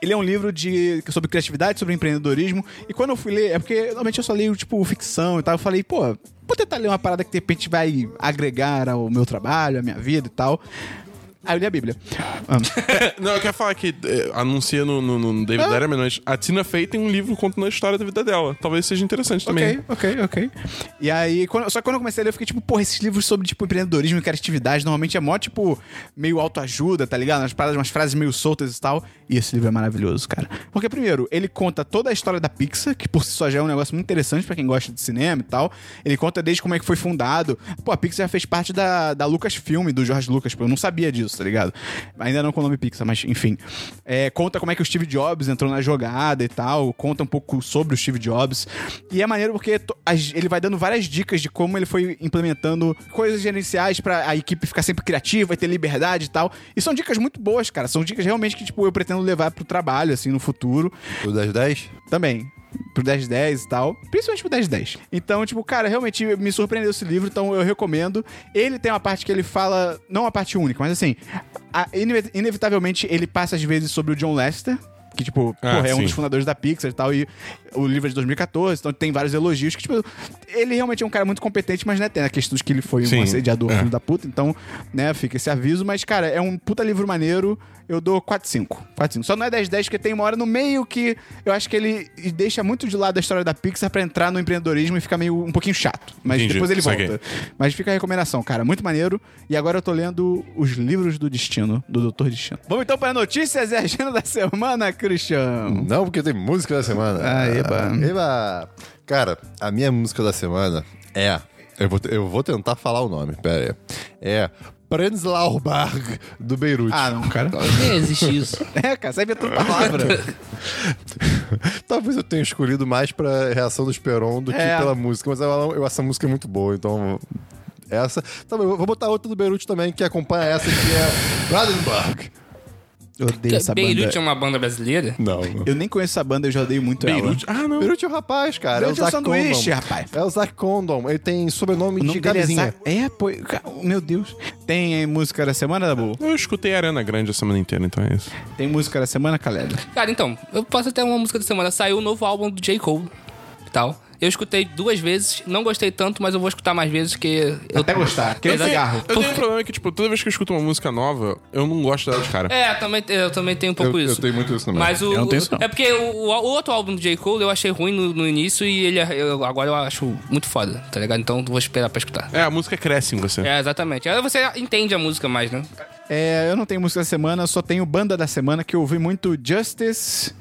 A: Ele é um livro de, sobre criatividade, sobre empreendedorismo. E quando eu fui ler, é porque normalmente eu só leio, tipo, ficção e tal. Eu falei, pô, vou tentar ler uma parada que de repente vai agregar ao meu trabalho, à minha vida e tal. Aí eu li a Bíblia. Ah.
D: Não, eu quero falar que eh, anuncia no, no, no David Letterman, mas a Tina Fey tem um livro contando a história da vida dela. Talvez seja interessante também.
A: Ok, ok, ok. E aí, quando- só que quando eu comecei a ler, eu fiquei tipo, porra, esses livros sobre, tipo, empreendedorismo e criatividade normalmente é mó, tipo, meio autoajuda, tá ligado? Umas paradas, umas frases meio soltas e tal. E esse livro é maravilhoso, cara. Porque, primeiro, ele conta toda a história da Pixar, que por si só já é um negócio muito interessante pra quem gosta de cinema e tal. Ele conta desde como é que foi fundado. Pô, a Pixar já fez parte da, da Lucasfilm, do George Lucas, pô, eu não sabia disso, tá ligado? Ainda não com o nome Pixar, mas enfim. É, conta como é que o Steve Jobs entrou na jogada e tal, conta um pouco sobre o Steve Jobs. E é maneiro porque to- as- ele vai dando várias dicas de como ele foi implementando coisas gerenciais pra a equipe ficar sempre criativa e ter liberdade e tal. E são dicas muito boas, cara. São dicas realmente que, tipo, eu pretendo levar pro trabalho, assim, no futuro
B: O das 10?
A: também. Pro 10 10 e tal. Principalmente pro 10 10. Então, tipo, cara, realmente me surpreendeu esse livro, então eu recomendo. Ele tem uma parte que ele fala, não a parte única, mas assim, a- ine- inevitavelmente ele passa às vezes sobre o John Lester. Que, tipo,
D: Ah,
A: porra, é um
D: sim.
A: dos fundadores da Pixar e tal, e o livro é de 2014, então tem vários elogios. Que, tipo, ele realmente é um cara muito competente, mas, né, tem a questão de que ele foi
D: Sim,
A: um assediador,
D: é.
A: filho da puta, então, né, fica esse aviso. Mas, cara, é um puta livro maneiro, eu dou 4 5. 4 5. Só não é 10 10 porque tem uma hora no meio que eu acho que ele deixa muito de lado a história da Pixar pra entrar no empreendedorismo e fica meio um pouquinho chato. Mas
D: Entendi,
A: depois ele
D: saquei.
A: volta. Mas fica a recomendação, cara, muito maneiro. E agora eu tô lendo os livros do destino, do Doutor Destino. Vamos então para notícias e agenda da semana, Christian.
B: Não, porque tem música da semana.
A: Ah, eba.
B: Eba. Cara, a minha música da semana é. Eu vou, eu vou tentar falar o nome, pera aí. É Prenzlau Barg, do Beirute.
A: Ah, não, cara.
C: Nem existe isso.
A: É, cara, sai inventando palavra.
B: Talvez eu tenha escolhido mais pra reação do Esperon do
A: É.
B: que pela música, mas ela- eu- essa música é muito boa, então. Essa. Tá bom, eu vou botar outra do Beirute também, que acompanha essa, que é Brandenburg.
A: Eu odeio essa
C: Beirute é
A: banda.
C: uma banda brasileira?
B: Não, não.
A: Eu nem conheço essa banda, eu já odeio muito
D: é Beirute? Ah, não.
B: Beirute é o rapaz, cara.
A: Beirute é
B: é o
A: o
B: Zac
A: sanduíche,
B: Condon.
A: rapaz.
B: É o Zac Condon. Ele tem sobrenome
A: ela.
B: de camisinha.
A: Zac- É, pô. ca- Meu Deus. Tem eh, música da semana, Dabu?
D: Eu escutei Arana Grande a semana inteira, então é isso.
A: Tem música da semana, Caleb?
C: Cara, então, eu posso até uma música da semana. Saiu o novo álbum do J. Cole e tal. Eu escutei duas vezes, não gostei tanto, mas eu vou escutar mais vezes que. Eu
A: Até gostar, que nem
B: é
C: Exato.
A: cigarro.
D: Eu tenho um problema que, tipo, toda vez que eu escuto uma música nova, eu não gosto dela de cara.
C: É, eu também, eu também tenho um pouco
B: Eu- eu
C: isso.
B: tenho muito isso também.
C: Mas o,
D: Eu não tenho isso, não.
C: É porque o, o outro álbum do J. Cole eu achei ruim no, no início e ele eu- agora eu acho muito foda, tá ligado? Então eu vou esperar pra escutar.
D: É, a música cresce em você.
C: É, exatamente. Aí você entende a música mais, né?
A: É, eu não tenho música da semana, só tenho banda da semana que eu ouvi muito Justice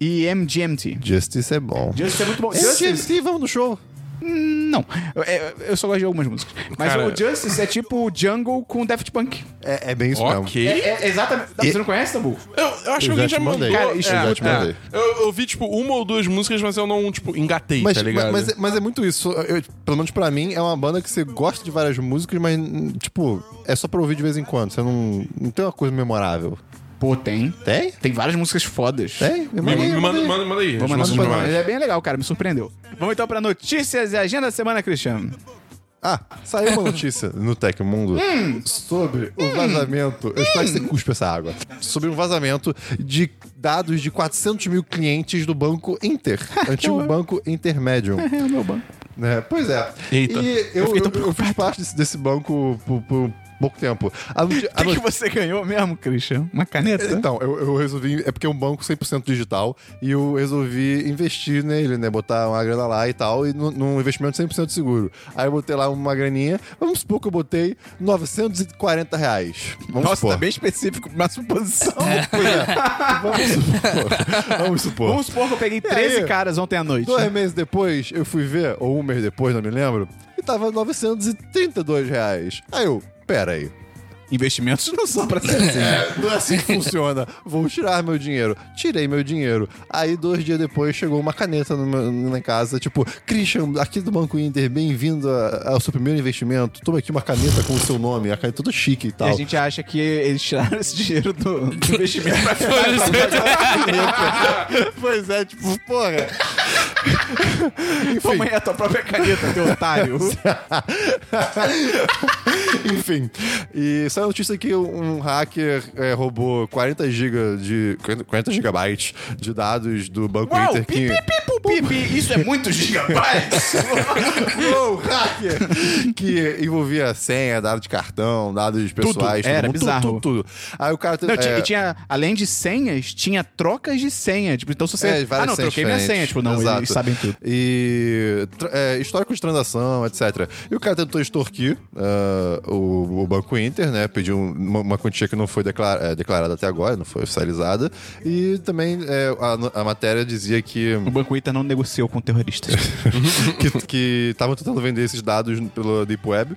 A: e MGMT.
B: Justice é bom.
A: Justice é muito bom. Justice? Hum,
B: Justice, vamos no show.
A: Não. Eu, eu- eu só gosto de algumas músicas. Mas
D: Cara-
A: o Justice é tipo o Jungle com Daft Punk.
B: É, é bem isso mesmo.
D: Ok.
A: É, é exatamente. Você não conhece, Tabu?
D: Eu, eu acho que
B: Eu já
D: alguém já
B: te
D: me mandou.
B: mandei.
D: Cara,
B: Cara, isso eu já te mandei.
D: Eu, eu vi, tipo, uma ou duas músicas, mas eu não, tipo, engatei,
B: Mas,
D: tá ligado?
B: mas, mas é- mas é muito isso. Eu- eu- pelo menos pra mim, é uma banda que você gosta de várias músicas, mas, tipo, é só pra ouvir de vez em quando. Você não, não tem uma coisa memorável.
A: Pô, tem.
B: Tem?
A: Tem várias músicas fodas.
B: Tem? Me
D: Me,
B: manda aí,
D: me
B: manda
D: manda,
B: aí.
D: manda, manda aí.
A: Vou mandar
D: as
A: pra
D: músicas
A: você. Ele
D: normais.
A: é bem legal, cara. Me surpreendeu. Vamos então pra notícias e agenda da semana, Cristiano.
B: Ah, saiu uma notícia no Tecmundo sobre o vazamento. Eu espero que você cuspe essa água. Sobre um vazamento de dados de 400 mil clientes do banco Inter, antigo banco Intermedium.
A: É o meu banco.
B: né? Pois é.
D: Eita.
B: E eu,
A: fiquei tão
B: eu- eu fiz parte desse, desse banco por, por pouco tempo. A noti-
A: O
B: a
A: que, que
B: noti-
A: você ganhou mesmo, Christian? Uma caneta?
B: Então, eu, eu resolvi. É porque é um banco 100% digital e eu resolvi investir nele, né? Botar uma grana lá e tal, e num- num investimento 100% seguro. Aí eu botei lá uma graninha, vamos supor que eu botei 940 reais. Vamos
A: Nossa,
B: supor.
A: tá bem específico, uma suposição.
B: Pois é. Vamos supor. Vamos supor.
A: Vamos supor que eu peguei 13
B: aí?
A: caras ontem à noite.
B: Dois meses depois, eu fui ver, ou um mês depois, não me lembro, e tava 932 reais. Aí eu, pera aí.
A: Investimentos não são pra ser assim.
B: Não é assim que funciona. Vou tirar meu dinheiro. Tirei meu dinheiro. Aí, dois dias depois, chegou uma caneta no meu- na minha casa, tipo, Christian, aqui do Banco Inter, bem-vindo a- ao seu primeiro investimento. Toma aqui uma caneta com o seu nome, a caneta é toda chique e
A: E
B: tal.
A: a gente acha que eles tiraram esse dinheiro do, do investimento pra
B: pois é, tipo, porra.
A: Toma aí a tua própria caneta, teu otário.
B: Enfim. E saiu a notícia que um hacker é, roubou 40 GB de. 40 gigabytes de dados do Banco
A: Uau,
B: Inter.
A: pi,
B: Que...
A: pi, pi, pu, pi, pi. Isso é muito gigabytes.
B: Uou, hacker! que envolvia senha, dado de cartão, dados pessoais,
A: Era
B: tudo,
A: bizarro.
B: Tudo, tudo, tudo. Aí o cara.
A: Não, ti-
B: é,
A: e tinha, além de senhas, tinha trocas de senha. Tipo, então se você.
B: É,
A: ah,
B: várias
A: não,
B: senhas
A: troquei minha
B: diferentes.
A: senha. Tipo, não,
B: Exato.
A: eles sabem tudo.
B: E tra- é, histórico de transação, etc. E o cara tentou extorquir ah, o, o Banco Inter, né? Pediu uma, uma quantia que não foi declara- é, declarada até agora, não foi oficializada. E também é, a, a matéria dizia que
A: O Banco Inter não negociou com terroristas.
B: que- que estavam tentando vender esses dados pela Deep Web.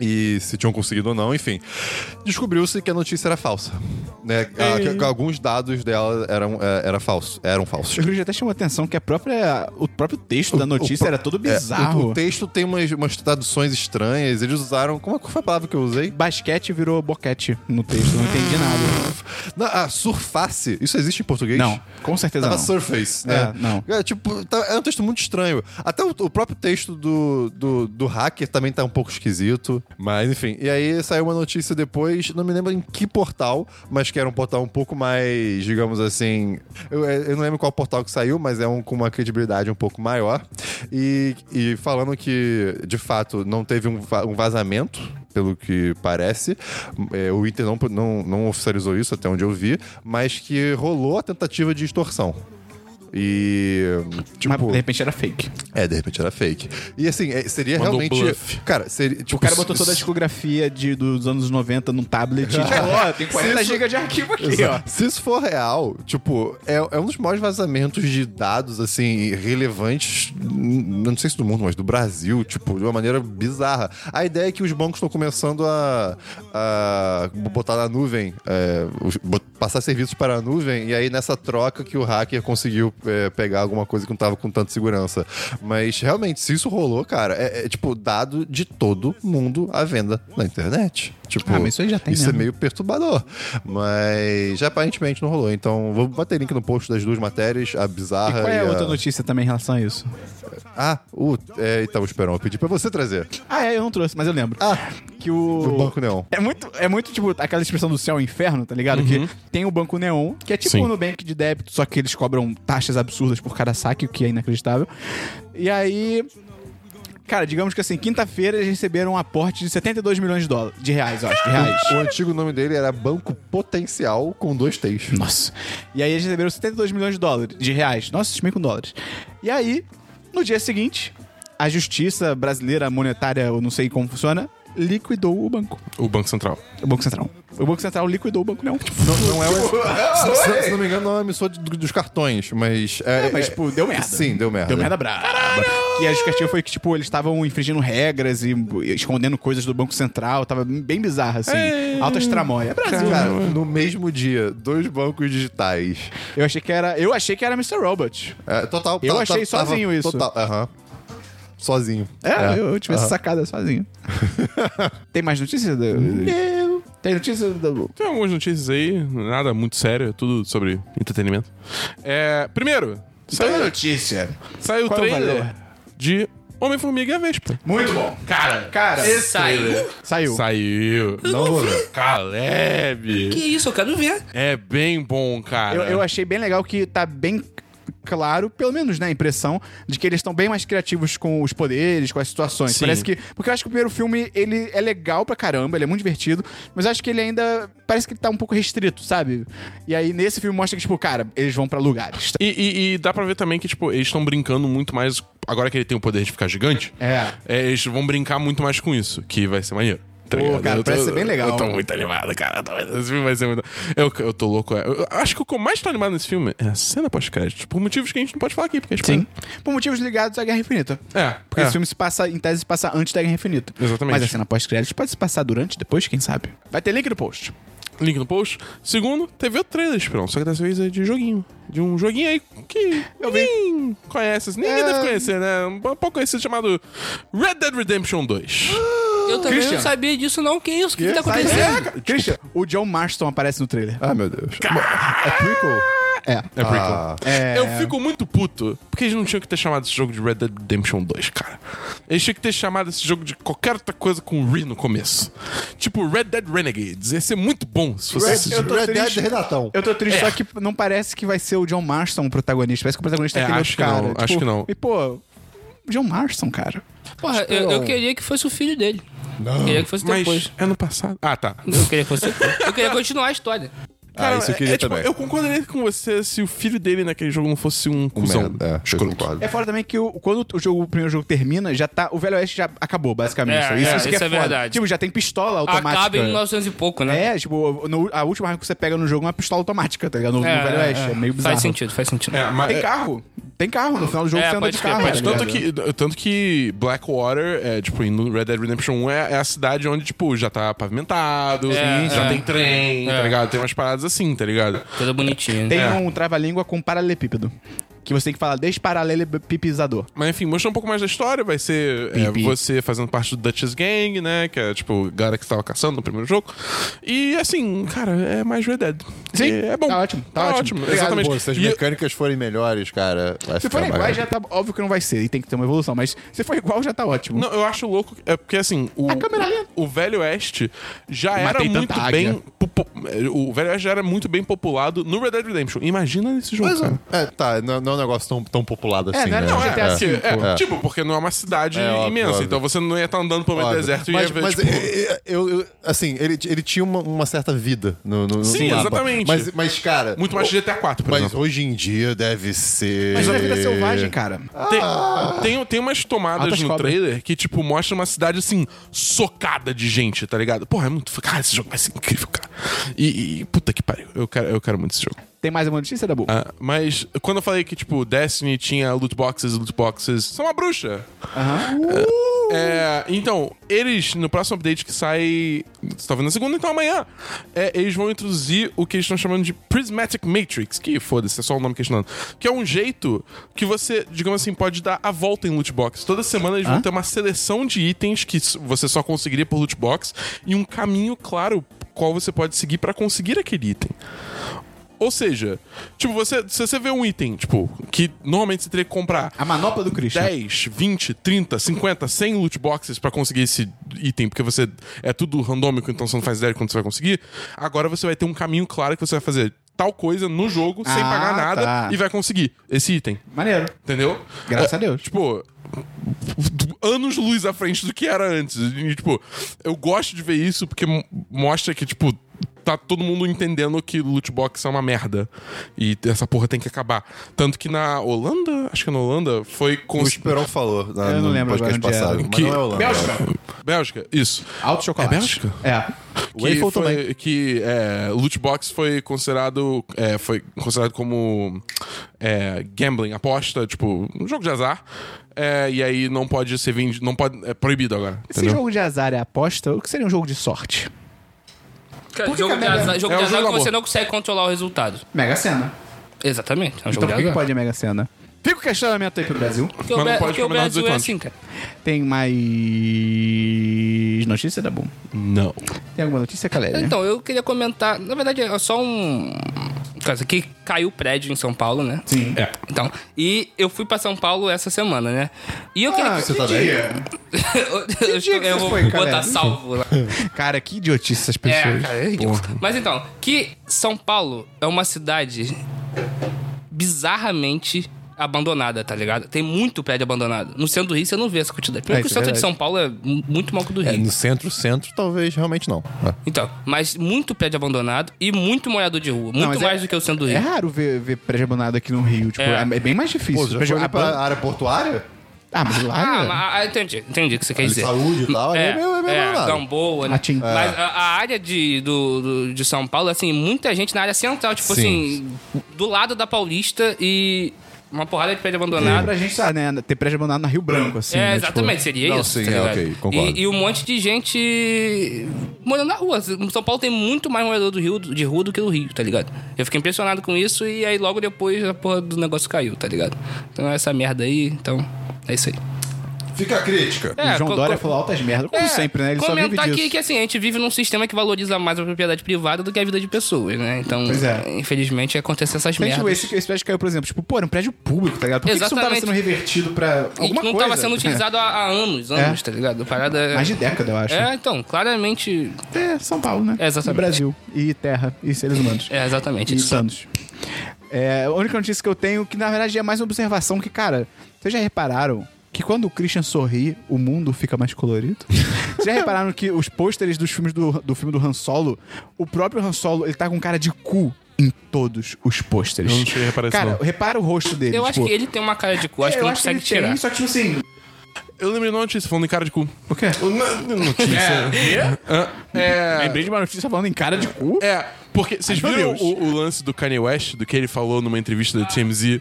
B: E se tinham conseguido ou não, enfim. Descobriu-se que a notícia era falsa. Né? A- que- que alguns dados dela eram, é, era falso, eram
A: O
B: falsos.
A: Gris até chamou a atenção que a própria, o próprio texto da notícia
B: pro-
A: era todo
B: É,
A: bizarro.
B: o, o texto tem umas, umas traduções estranhas. Eles usaram. Como é que foi a palavra que eu usei?
A: Basquete virou boquete no texto, não entendi nada.
B: Não, ah, surface. Isso existe em português?
A: Não, com certeza
B: Tava
A: não.
B: Surface, né?
A: É, não.
B: É, tipo, tá- é um texto muito estranho. Até o, o próprio texto do, do, do hacker também tá um pouco esquisito. Mas, enfim. E aí saiu uma notícia depois, não me lembro em que portal, mas que era um portal um pouco mais, digamos assim. Eu, é, eu não lembro qual portal que saiu, mas é um com uma credibilidade um pouco maior. E, e falando que, de fato, não teve um, va- um vazamento pelo que parece. É, o Inter não, não, não oficializou isso, até onde eu vi, mas que rolou a tentativa de extorsão. E.
A: Mas
B: Tipo.
A: de repente era fake.
B: É, de repente era fake. E assim, é- seria
D: Mandou
B: realmente.
D: bluff.
B: Cara, seria.
A: um
B: Tipo,
A: O cara botou toda a discografia de, dos anos 90 num tablet e falou, ó, tem 40 GB de arquivo aqui, ó.
B: Se isso for real, tipo, é, é um dos maiores vazamentos de dados, assim, relevantes, n- não sei se do mundo, mas do Brasil, tipo, de uma maneira bizarra. A ideia é que os bancos estão começando a, a botar na nuvem, é, os- bot- passar serviços para a nuvem, e aí nessa troca que o hacker conseguiu é, pegar alguma coisa que não tava com tanta segurança. Mas realmente, se isso rolou, cara, é, é, tipo, dado de todo mundo à venda na internet. Tipo,
A: Ah, mas isso aí já tem
B: Isso é
A: mesmo.
B: meio meio perturbador. Mas já aparentemente não rolou. Então vou bater link no post das duas matérias, a
A: E
B: bizarra.
A: qual é
B: e
A: a outra notícia também em relação a isso?
B: Ah, o. É, então, Esperão, eu pedi pra você trazer.
A: Ah, é, eu não trouxe, mas eu lembro.
B: Ah,
A: que o.
B: do Banco Neon.
A: É muito, é muito tipo aquela expressão do céu e inferno, tá ligado? Que tem o Banco Neon, que é tipo
D: Sim.
A: o Nubank de débito, só que eles cobram taxas absurdas por cada saque, o que é inacreditável. E aí. Cara, digamos que assim, quinta-feira eles receberam um aporte de 72 milhões de dólares. De reais, eu acho, de reais.
B: O antigo nome dele era Banco Potencial com dois T's.
A: Nossa. E aí eles receberam 72 milhões de dólares, de reais. Nossa, estimei com dólares. E aí, no dia seguinte, a justiça brasileira monetária, eu não sei como funciona, liquidou o banco.
D: O Banco Central.
A: O Banco Central. O Banco Central liquidou o Banco Neon. tipo,
B: Não, não é
A: Ah,
B: o. se, se- se não me engano, não é uma emissora de- dos cartões, mas. É,
A: É, mas, tipo, deu merda.
B: Sim, deu merda.
A: Deu merda brava. E a justificativa foi que, tipo, eles estavam infringindo regras e escondendo coisas do Banco Central. Tava bem bizarro, assim. Altas tramóia. É Brasil,
B: Cara,
A: né?
B: no mesmo dia, dois bancos digitais.
A: Eu achei que era. Eu achei que era Mr. Robot.
B: É, total.
A: Eu
B: ta- ta-
A: achei
B: tava
A: sozinho isso.
B: Total. Aham. Sozinho.
A: É, Eu, eu tive essa sacada sozinho. Tem mais notícias? Da... Tem notícias? Da...
D: Tem algumas notícias aí, nada muito sério, é tudo sobre entretenimento. É, primeiro, saiu,
A: notícia.
D: saiu o
A: qual é o
D: trailer
A: valor?
D: de Homem-Formiga e a Vespa.
A: Muito bom. Cara, cara.
C: Esse trailer.
A: Saiu.
D: Saiu.
B: Não vou ver.
C: Que
D: Caleb.
C: isso, eu quero ver.
D: É bem bom, cara.
A: Eu, eu achei bem legal que tá bem claro, pelo menos na impressão, de que eles estão bem mais criativos com os poderes, com as situações.
D: Sim.
A: Parece que. Porque eu acho que o primeiro filme, ele é legal pra caramba, ele é muito divertido, mas eu acho que ele ainda. Parece que ele tá um pouco restrito, sabe? E aí nesse filme mostra que, tipo, cara, eles vão pra lugares.
D: E, e- e dá pra ver também que, tipo, eles estão brincando muito mais. Agora que ele tem o poder de ficar gigante,
A: É.
D: eles vão brincar muito mais com isso, que vai ser maneiro. Tá
A: Pô,
D: ligado?
A: cara,
D: Eu tô-
A: parece ser bem legal.
D: Eu tô muito animado, cara. Eu tô- Esse filme vai ser muito. Eu, eu tô louco. é. Eu acho que o que eu mais tô animado nesse filme é a cena pós-crédito. Por motivos que a gente não pode falar aqui, porque a gente
A: Sim. Por motivos ligados à Guerra Infinita.
D: É,
A: Porque
D: é.
A: esse filme se passa, em tese, se passa antes da Guerra Infinita.
D: Exatamente.
A: Mas a cena pós-crédito pode se passar durante, depois, quem sabe. Vai ter link no post.
D: Link no post. Segundo, teve outro trailer, Esperão. Só que dessa vez é de joguinho. De um joguinho aí que
A: Eu vi.
D: ninguém conhece. assim, Ninguém
A: É.
D: deve conhecer, né? Um pouco conhecido chamado Red Dead Redemption 2.
C: Eu também
A: Christian.
C: não sabia disso, não. Que isso? O que, que tá
A: Sai-
C: acontecendo?
D: tipo,
A: É, Christian, o John Marston aparece no trailer.
B: Ah, meu Deus. É prequel?
A: É.
D: É prequel.
A: É.
D: Eu fico muito puto porque eles não tinham que ter chamado esse jogo de Red Dead Redemption 2, cara. Eles tinham que ter chamado esse jogo de qualquer outra coisa com Re no começo. Tipo Red Dead Renegades. Ia ser muito bom se fosse esse
B: Red,
D: jogo.
A: tô
B: Red Dead
A: triste.
B: Renatão.
A: Eu tô
C: É.
A: triste, só que não parece que vai ser o John Marston o protagonista. Parece que o protagonista é,
D: É,
A: aquele
D: acho
A: outro
D: que
A: cara.
D: não, acho que não.
A: E, pô, John Marston, cara.
C: Porra, eu, eu queria que fosse o filho dele. Eu queria que fosse
D: Mas
C: depois.
D: é no passado. Ah, tá.
C: Eu queria que fosse depois. Eu queria continuar a história.
B: Ah, isso eu
D: é-
B: queria
D: é, tipo,
B: também.
D: eu concordaria com você se o filho dele naquele jogo não fosse um
B: Um
D: cuzão.
B: merda, é, eu
D: escroto.
B: concordo.
A: É fora também que o- quando o, jogo, o primeiro jogo termina, já tá. O Velho Oeste já acabou, basicamente.
C: É, é,
A: que
C: isso é
A: foda.
C: verdade.
A: Tipo, já tem pistola automática.
C: Acaba em 1900 e pouco, né?
A: É, tipo, no- a última arma que você pega no jogo é uma pistola automática, tá ligado? No, no Velho Oeste. É, meio bizarro.
C: Faz sentido, faz sentido.
D: É, mas-
A: Tem carro. Tem carro. No final do jogo
C: É,
A: você anda
C: pode
A: de
C: crer,
A: carro.
C: pode
A: tá
D: Mas
C: crer.
D: tanto
A: ligado?
D: que, tanto que Blackwater, é, tipo, no Red Dead Redemption 1 é, é a cidade onde, tipo, já tá pavimentado,
C: É,
D: já
C: é.
D: tem trem, tá
C: É.
D: ligado? Tem umas paradas assim, tá ligado?
C: Coisa bonitinha.
A: Tem
D: É.
A: um trava-língua com paralelepípedo. Que você tem que falar desparalelepipizador.
D: Mas enfim, mostra um pouco mais da história. Vai ser é,
A: Pipi.
D: você fazendo parte do Dutchess Gang, né? Que é tipo o cara que estava caçando no primeiro jogo. E assim, cara, é mais Red Dead.
A: Sim,
D: E é bom.
A: tá ótimo, tá ótimo. Obrigado,
D: Exatamente.
B: Pô, se as
D: E-
B: mecânicas forem melhores, cara, vai
A: Se
B: ficar
A: for igual,
B: bacana.
A: já tá. Óbvio que não vai ser, e tem que ter uma evolução, mas se for igual, já tá ótimo.
D: Não, eu acho louco, é porque assim, o,
A: A câmera lenta.
D: o Velho Oeste já
A: Matei
D: era
A: tanta
D: muito
A: águia.
D: bem. po- po- é, o Velho Oeste já era muito bem populado no Red Dead Redemption. Imagina nesse jogo, cara.
B: É, tá, não, não é um negócio tão, tão populado assim,
A: não é
B: né?
A: tão GTA
D: Porque,
A: V.
D: é,
B: É.
D: Tipo, porque não é uma cidade
B: É, óbvio,
D: imensa.
B: óbvio.
D: Então você não ia estar andando pelo meio do
B: Óbvio.
D: deserto e
B: é mas,
D: ia ver,
B: mas
D: tipo,
B: é, é, eu, eu- assim, ele, ele tinha uma, uma certa vida no, no, no
D: Sim,
B: mapa.
D: exatamente.
B: Mas, mas, cara...
D: muito mais de GTA 4, por
B: Mas
D: exemplo.
B: hoje em dia deve ser...
A: Mas é vida selvagem, cara.
D: Tem, tem, tem umas tomadas
A: Altas
D: no
A: cobras.
D: trailer que, tipo, mostra uma cidade, assim, socada de gente, tá ligado? Porra, é muito... Cara, esse jogo vai ser incrível, cara. E, e- puta que pariu. Eu quero, eu quero muito esse jogo.
A: Tem mais uma notícia, Dabu?
D: Ah, mas quando eu falei que, tipo, Destiny tinha loot boxes, loot boxes... São uma bruxa! É, então, eles, no próximo update que sai. Você tá vendo na segunda, então amanhã. é, eles vão introduzir o que eles estão chamando de Prismatic Matrix. Que foda-se, é só o nome que eles estão dando. Que é um jeito que você, digamos assim, pode dar a volta em loot box. Toda semana eles vão ter uma seleção de itens que s- você só conseguiria por loot box e um caminho claro qual você pode seguir pra conseguir aquele item. Ou seja, tipo, você, se você vê um item, tipo, que normalmente você teria que comprar
A: A manopla do Christian.
D: 10, 20, 30, 50, 100 loot boxes pra conseguir esse item, porque você é tudo randômico, então você não faz ideia de quando você vai conseguir. Agora você vai ter um caminho claro que você vai fazer tal coisa no jogo sem
A: Ah,
D: pagar nada
A: tá.
D: e vai conseguir esse item,
A: Maneiro.
D: entendeu?
A: Graças
D: É,
A: a Deus.
D: Tipo, anos luz à frente do que era antes. E, tipo, eu gosto de ver isso porque mo- mostra que, tipo, tá todo mundo entendendo que loot box é uma merda. E essa porra tem que acabar. Tanto que na Holanda, acho que na Holanda, foi com.
B: O Esperão falou na,
A: Eu não
B: no
A: lembro agora
B: podcast
A: onde era.
B: passado. Mas
D: Que-
B: não é Holanda.
D: Bélgica, isso.
A: Alto chocolate.
D: É Bélgica?
A: É.
D: Que, foi, que é, loot box foi considerado, é, foi considerado como é, gambling, aposta, tipo, um jogo de azar. É, e aí não pode ser vendido, não pode, é proibido agora.
A: Esse
D: entendeu?
A: jogo de azar é aposta, o que seria um jogo de sorte?
C: Cara, jogo de azar, jogo
D: É
C: de
D: um
C: azar que
D: jogo
C: você
D: amor.
C: não consegue controlar o resultado.
A: Mega Sena.
C: Exatamente, é
A: Então
C: um
A: por
C: jogo de
A: que, que
C: azar.
A: pode a Mega Sena? Fica o questionamento aí pro Brasil.
C: Porque o,
D: Mas não
C: Bra-
D: pode
C: porque o
D: combinar
C: Brasil
D: 18
C: é
D: anos.
C: assim, cara.
A: Tem mais notícia, Dabu?
D: Não.
A: Tem alguma notícia, Caléria?
C: Então, eu queria comentar. Na verdade, é só um. Caso que caiu prédio em São Paulo, né?
A: Sim.
D: É.
C: Então, e eu fui pra São Paulo essa semana, né? E
A: Ah,
C: eu queria.
B: Você tá bem?
C: eu eu,
A: dia que
C: eu
A: você
C: vou
A: foi, cara?
C: botar salvo lá.
A: Cara, que idiotice essas
C: É,
A: pessoas.
C: cara, é ridículo. Mas então, que São Paulo é uma cidade bizarramente abandonada, tá ligado? Tem muito prédio abandonado. No centro do Rio, você não vê essa quantidade. Primeiro
A: É,
C: que o
A: isso é
C: centro de
A: verdade.
C: São Paulo é mu- muito mal que o do Rio.
B: É, no centro, centro, talvez realmente não. É.
C: Então, mas muito prédio abandonado e muito morador de rua.
A: mas
C: Muito
A: é-
C: mais do que o centro do
A: É
C: Rio.
A: raro ver, ver prédio abandonado aqui no Rio. Tipo, é,
C: É.
A: bem mais difícil.
B: Pô, já
A: Prédio
B: foi pra
A: abandonado-
B: área portuária?
A: Ah, mas lá...
C: Ah,
A: né?
C: mas- ah, entendi. Entendi o que você quer
B: De
C: dizer.
B: saúde e tal, ali
C: É,
B: é meio, é meio
C: é,
B: abandonado.
C: Gamboa, né?
A: Atim.
C: Mas a, a área de, do, do- de São Paulo, assim, muita gente na área central, tipo
B: Sim.
C: assim, do lado da Paulista e uma porrada de prédio
A: Não é
C: abandonado.
A: pra gente, sabe, né, ter prédio abandonado na Rio Branco, assim.
C: é,
A: né, tipo-
C: exatamente, seria
B: Não,
C: isso.
B: sim,
C: tá
B: é,
C: ligado?
B: ok, concordo.
C: E, e um monte de gente morando na rua. São Paulo tem muito mais morador do Rio, de rua do que do Rio, tá ligado? Eu fiquei impressionado com isso e aí logo depois a porra do negócio caiu, tá ligado? Então é essa merda aí, então é isso aí. É,
B: Fica a crítica.
A: o João
C: co-
A: Dória
C: co-
A: falou altas merdas, como
C: É,
A: sempre, né? Ele só vive
C: comentar
A: disso.
C: aqui que assim, a gente vive num sistema que valoriza mais a propriedade privada do que a vida de pessoas, né? Então,
A: Pois é.
C: infelizmente, acontecem essas
A: Então, tipo,
C: merdas.
A: esse, esse prédio caiu, por exemplo, tipo, pô, era um prédio público, tá ligado? Por que, que isso não tava
C: Exatamente.
A: sendo revertido pra
C: E que
A: alguma
C: não
A: coisa? É,
C: estava sendo utilizado há, há anos, anos, tá ligado? A Parada é-
A: Mais de década, eu acho.
C: É, então, claramente.
A: É, São Paulo, né?
C: É, exatamente.
A: E Brasil. E terra. E seres humanos.
C: É, exatamente.
A: E
C: Isso.
A: Thanos. É, a única notícia que eu tenho, que na verdade é mais uma observação, que, cara, vocês já repararam que quando o Christian sorri, o mundo fica mais colorido? vocês já repararam que os pôsteres dos filmes do, do filme do Han Solo, o próprio Han Solo, ele tá com cara de cu em todos os pôsteres.
D: Eu não cheguei a reparar isso,
A: Cara,
D: não.
A: repara o rosto dele.
C: Eu
A: tipo,
C: acho que ele tem uma cara de cu, acho
A: é,
C: que
A: eu
C: não
A: acho que
C: consegue
A: ele tem,
C: tirar.
A: só que tipo assim...
D: Eu lembrei de uma notícia falando em cara de cu.
A: O quê?
D: É.
A: Hum. Lembrei de uma notícia falando em cara de cu.
D: É. Porque vocês
A: Ai, meu
D: viram
A: Deus.
D: o, o lance do Kanye West, do que ele falou numa entrevista da TMZ?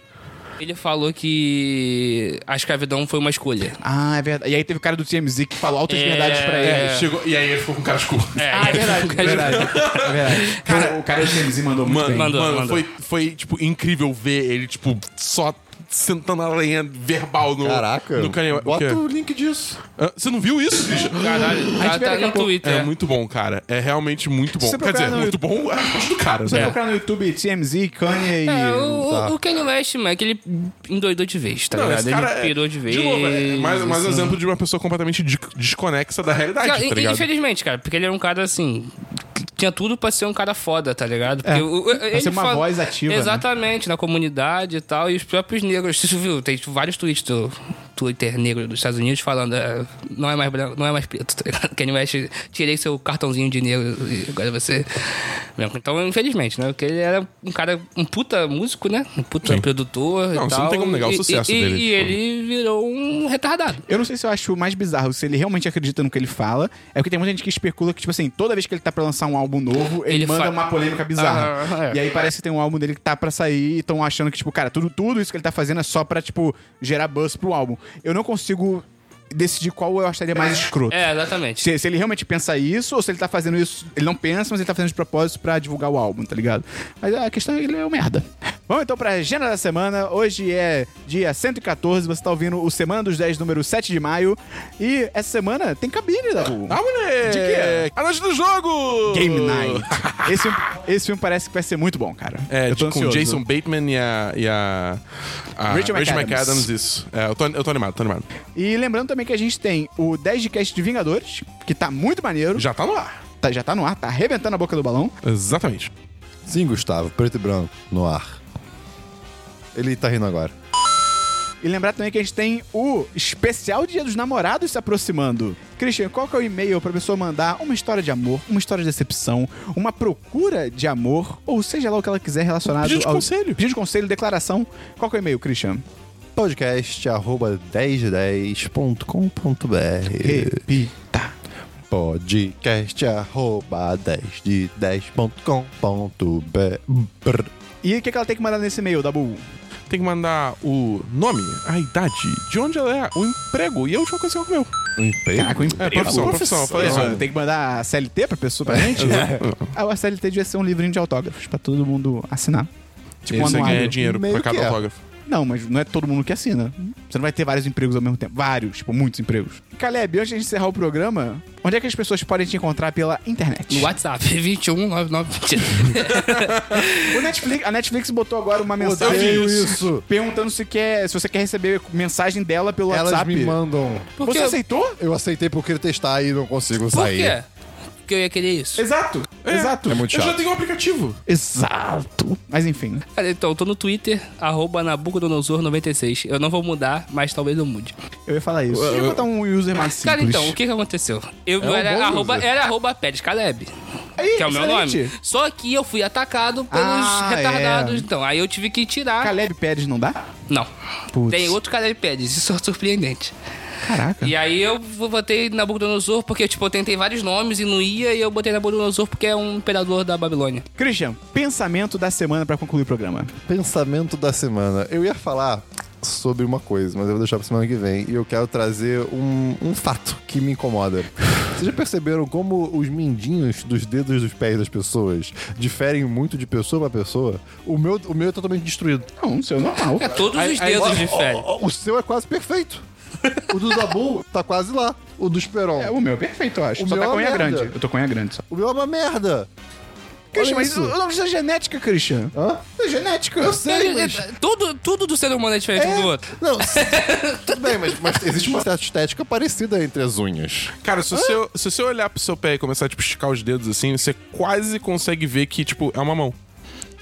C: Ele falou que a escravidão foi uma escolha.
A: Ah, é verdade. E aí teve o cara do TMZ que falou altas
C: É.
A: verdades pra ele.
D: É, chegou. E aí ele ficou com cara de cu.
A: Ah, é verdade, é verdade. É verdade. Cara, o cara do TMZ mandou muito
D: Mano,
A: bem.
C: Mandou,
D: mano,
C: mandou.
D: Foi, foi, tipo, incrível ver ele, tipo, só sentando a lenha verbal no,
B: Caraca.
D: no Kanye West. O quê?
B: Bota o link disso.
D: Hã? Você não viu isso, bicho?
C: Caralho, tá,
A: vê
C: tá
A: daqui a
C: no
A: pouco.
C: Twitter.
D: É muito bom, cara. É realmente muito bom.
A: você
D: Quer dizer,
A: procurar no
D: muito bom é a gosto do cara,
A: Você
D: né?
A: procurar no YouTube TMZ, Kanye e...
C: É, o, o Kanye West, mano, é que ele endoidou de vez, tá
D: tá. Não,
C: ligado?
A: né?
D: esse cara
C: ele
D: é-
C: pirou de vez.
D: novo, é mais, mais um
C: assim.
D: exemplo de uma pessoa completamente de- desconexa da realidade,
C: Não,
D: tá
C: in-
D: ligado?
C: infelizmente, cara, porque ele era um cara assim. que tinha tudo pra ser um cara foda, tá ligado? Porque
A: É,
C: o- o- ele
A: ser uma voz ativa, né?
C: Exatamente, na comunidade e tal. E os próprios negros, você viu, tem vários tweets do Twitter negro dos Estados Unidos falando "É, não é mais branco, não é mais preto, tá ligado? Kanye West, tirei seu cartãozinho de negro e agora você... é branco." Então, infelizmente, né? Porque ele era um cara, um puta músico, né? Um puta produtor e
D: Não, você não
C: tal.
D: tem como negar o
C: E-
D: sucesso
C: e-
D: dele,
C: E
D: tipo.
C: ele virou um retardado.
A: Eu não sei se eu acho mais bizarro, se ele realmente acredita no que ele fala. É porque tem muita gente que especula que, tipo assim, toda vez que ele tá pra lançar um álbum novo, ele,
C: Ele
A: manda
C: fa-
A: uma polêmica bizarra.
C: Ah, é.
A: E aí parece que tem um álbum dele que tá pra sair e estão achando que, tipo, cara, tudo, tudo isso que ele tá fazendo é só pra, tipo, gerar buzz pro álbum. Eu não consigo decidir qual eu acharia mais escroto.
C: É, exatamente.
A: Se, se ele realmente pensa isso, ou se ele tá fazendo isso, ele não pensa, mas ele tá fazendo de propósito pra divulgar o álbum, tá ligado? Mas a questão é que ele é um merda. Vamos então pra agenda da semana. Hoje é dia 114, você tá ouvindo o Semana dos 10, número 7 de maio. E essa semana tem cabine, Dabu.
D: Ah, moleque!
A: De quê?
D: A noite do jogo!
A: tá. Game Night. Esse, filme- esse filme parece que vai ser muito bom, cara.
D: É,
A: Eu tô
D: de, com
A: ansioso.
D: Jason Bateman e a. E a, a
A: Rachel McAdams.
D: isso. É, eu tô, eu tô animado, tô animado.
A: E lembrando também que a gente tem o 10 de cast de Vingadores, que tá muito maneiro.
D: Já tá no ar.
A: Tá- já tá no ar, tá arrebentando a boca do balão.
D: Exatamente.
B: Sim, Gustavo, preto e branco, no ar. Ele tá rindo agora.
A: E lembrar também que a gente tem o especial Dia dos Namorados se aproximando. Christian, qual que é o e-mail pra pessoa mandar uma história de amor, uma história de decepção, uma procura de amor, ou seja lá o que ela quiser relacionado
D: Pedido de
A: ao...
D: conselho.
A: Pedido de conselho, declaração. Qual que é o e-mail, Christian?
B: Podcast arroba 1010.com.br
A: Repita.
B: Podcast arroba 10de10.com.br
A: E o que, que ela tem que mandar nesse e-mail, Dabu?
D: Tem que mandar o nome, a idade, de onde ela é, o emprego e a última coisa que ela comeu.
A: Caraca, o
D: É,
A: emprego.
D: profissão, profissão. Eu falei
A: Isso,
D: errado.
A: Tem que mandar a CLT pra pessoa, pra gente? Ah, A CLT devia ser um livrinho de autógrafos pra todo mundo assinar. Tipo um
D: Você
A: anuário.
D: ganha dinheiro
B: Meio
D: pra
B: que
D: cada
B: é.
D: autógrafo.
A: Não, mas não é todo mundo que assina. Você não vai ter vários empregos ao mesmo tempo. Vários, tipo, muitos empregos. Caleb, antes de encerrar o programa, onde é que as pessoas podem te encontrar pela internet?
C: No WhatsApp, 21999.
A: O Netflix, a Netflix botou agora uma mensagem
D: Odeio
B: isso.
A: perguntando se, quer, se você quer receber mensagem dela pelo
B: Elas
A: WhatsApp.
B: me mandam.
C: Por
A: Você
C: quê?
A: aceitou?
B: Eu aceitei por querer testar e não consigo
C: Por
B: sair.
C: quê? Porque eu ia querer isso.
A: Exato. Exato.
B: É muito
D: Eu já
B: chato.
D: tenho um aplicativo.
A: Exato. Mas enfim.
C: Cara, Então, eu tô no Twitter, arroba nabucodonosor96. Eu não vou mudar, mas talvez eu mude.
A: Eu ia falar isso. Eu ia botar um user mais simples. É
C: Cara, então, o que que aconteceu? Eu
B: um
C: era,
B: bom
C: arroba,
B: user.
C: era arroba Pérez Caleb,
A: Aí,
C: que é o meu
A: excelente.
C: nome. Só que eu fui atacado pelos
A: Ah,
C: retardados.
A: é.
C: Então, aí eu tive que tirar.
A: Caleb Pérez não dá?
C: Não.
A: Putz.
C: Tem outro Caleb Pérez, isso é surpreendente.
A: Caraca.
C: E aí eu botei Nabucodonosor porque, tipo, eu tentei vários nomes e não ia, e eu botei Nabucodonosor porque é um imperador da Babilônia.
A: Christian, pensamento da semana pra concluir o programa.
B: Pensamento da semana. Eu ia falar sobre uma coisa, mas eu vou deixar pra semana que vem. E eu quero trazer um, um fato que me incomoda. Vocês já perceberam como os mindinhos dos dedos dos pés das pessoas diferem muito de pessoa pra pessoa? O meu, o meu é totalmente destruído.
A: Não, isso é normal.
C: É, todos os dedos diferem.
B: O- O, o seu é quase perfeito. O do Dabu tá quase lá. O do Esperon.
A: É, o meu é perfeito, eu acho.
B: O
A: só
B: meu
A: tá com a unha
B: é merda.
A: grande. Eu tô com a unha grande só.
B: O meu é uma merda.
A: Christian,
B: Olha
A: mas
B: isso.
A: isso não precisa de genética, Christian.
B: Hã?
A: É genética. Eu
C: Ele- ele- tudo, tudo do ser humano é diferente do outro.
B: Não, s- tudo bem, mas, mas existe uma certa estética parecida entre as unhas.
D: Cara, se você, se você olhar pro seu pé e começar a tipo, esticar os dedos assim, você quase consegue ver que, tipo, é uma mão.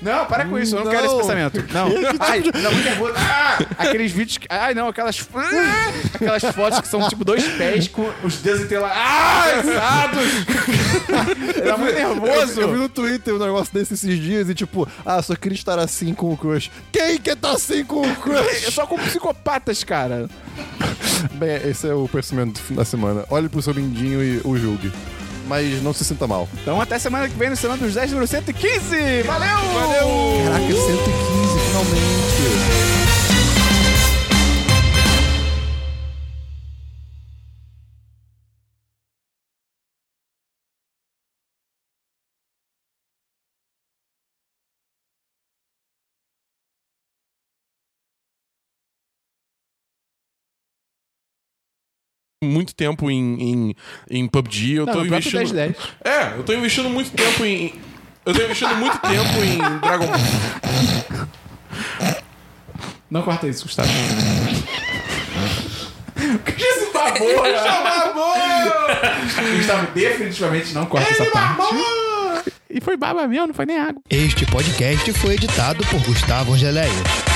A: Não, para com isso, eu não, quero esse pensamento. Não. Ai, não, muito nervoso. Ah, aqueles vídeos que. Ai, não, aquelas. Ah, aquelas fotos que são tipo dois pés com os dedos entrelaçados. Ah, exados! Tá muito nervoso.
B: Eu, vi no Twitter um negócio desse esses dias e tipo, ah, só queria estar assim com o crush. Quem quer estar assim com o
A: É
B: crush?
A: só com psicopatas, cara.
B: bem, esse é o pensamento da semana. Olhe pro seu lindinho e o julgue. Mas não se sinta mal.
A: Então até semana que vem no Semana dos 10, número 115. Valeu!
D: Valeu!
B: Caraca, 115, finalmente.
D: Muito tempo em, em, em PUBG, eu
A: Não,
D: tô
A: no próprio
D: investindo.
A: 10, 10.
D: É, eu tô investindo muito tempo em. Eu tô investindo muito tempo em Dragon Ball.
A: Não corta isso, Gustavo.
D: Chamar a boa!
A: tá né? Gustavo, definitivamente não corta essa parte. E foi baba mesmo, não foi nem água.
G: Este podcast foi editado por Gustavo Angeléia.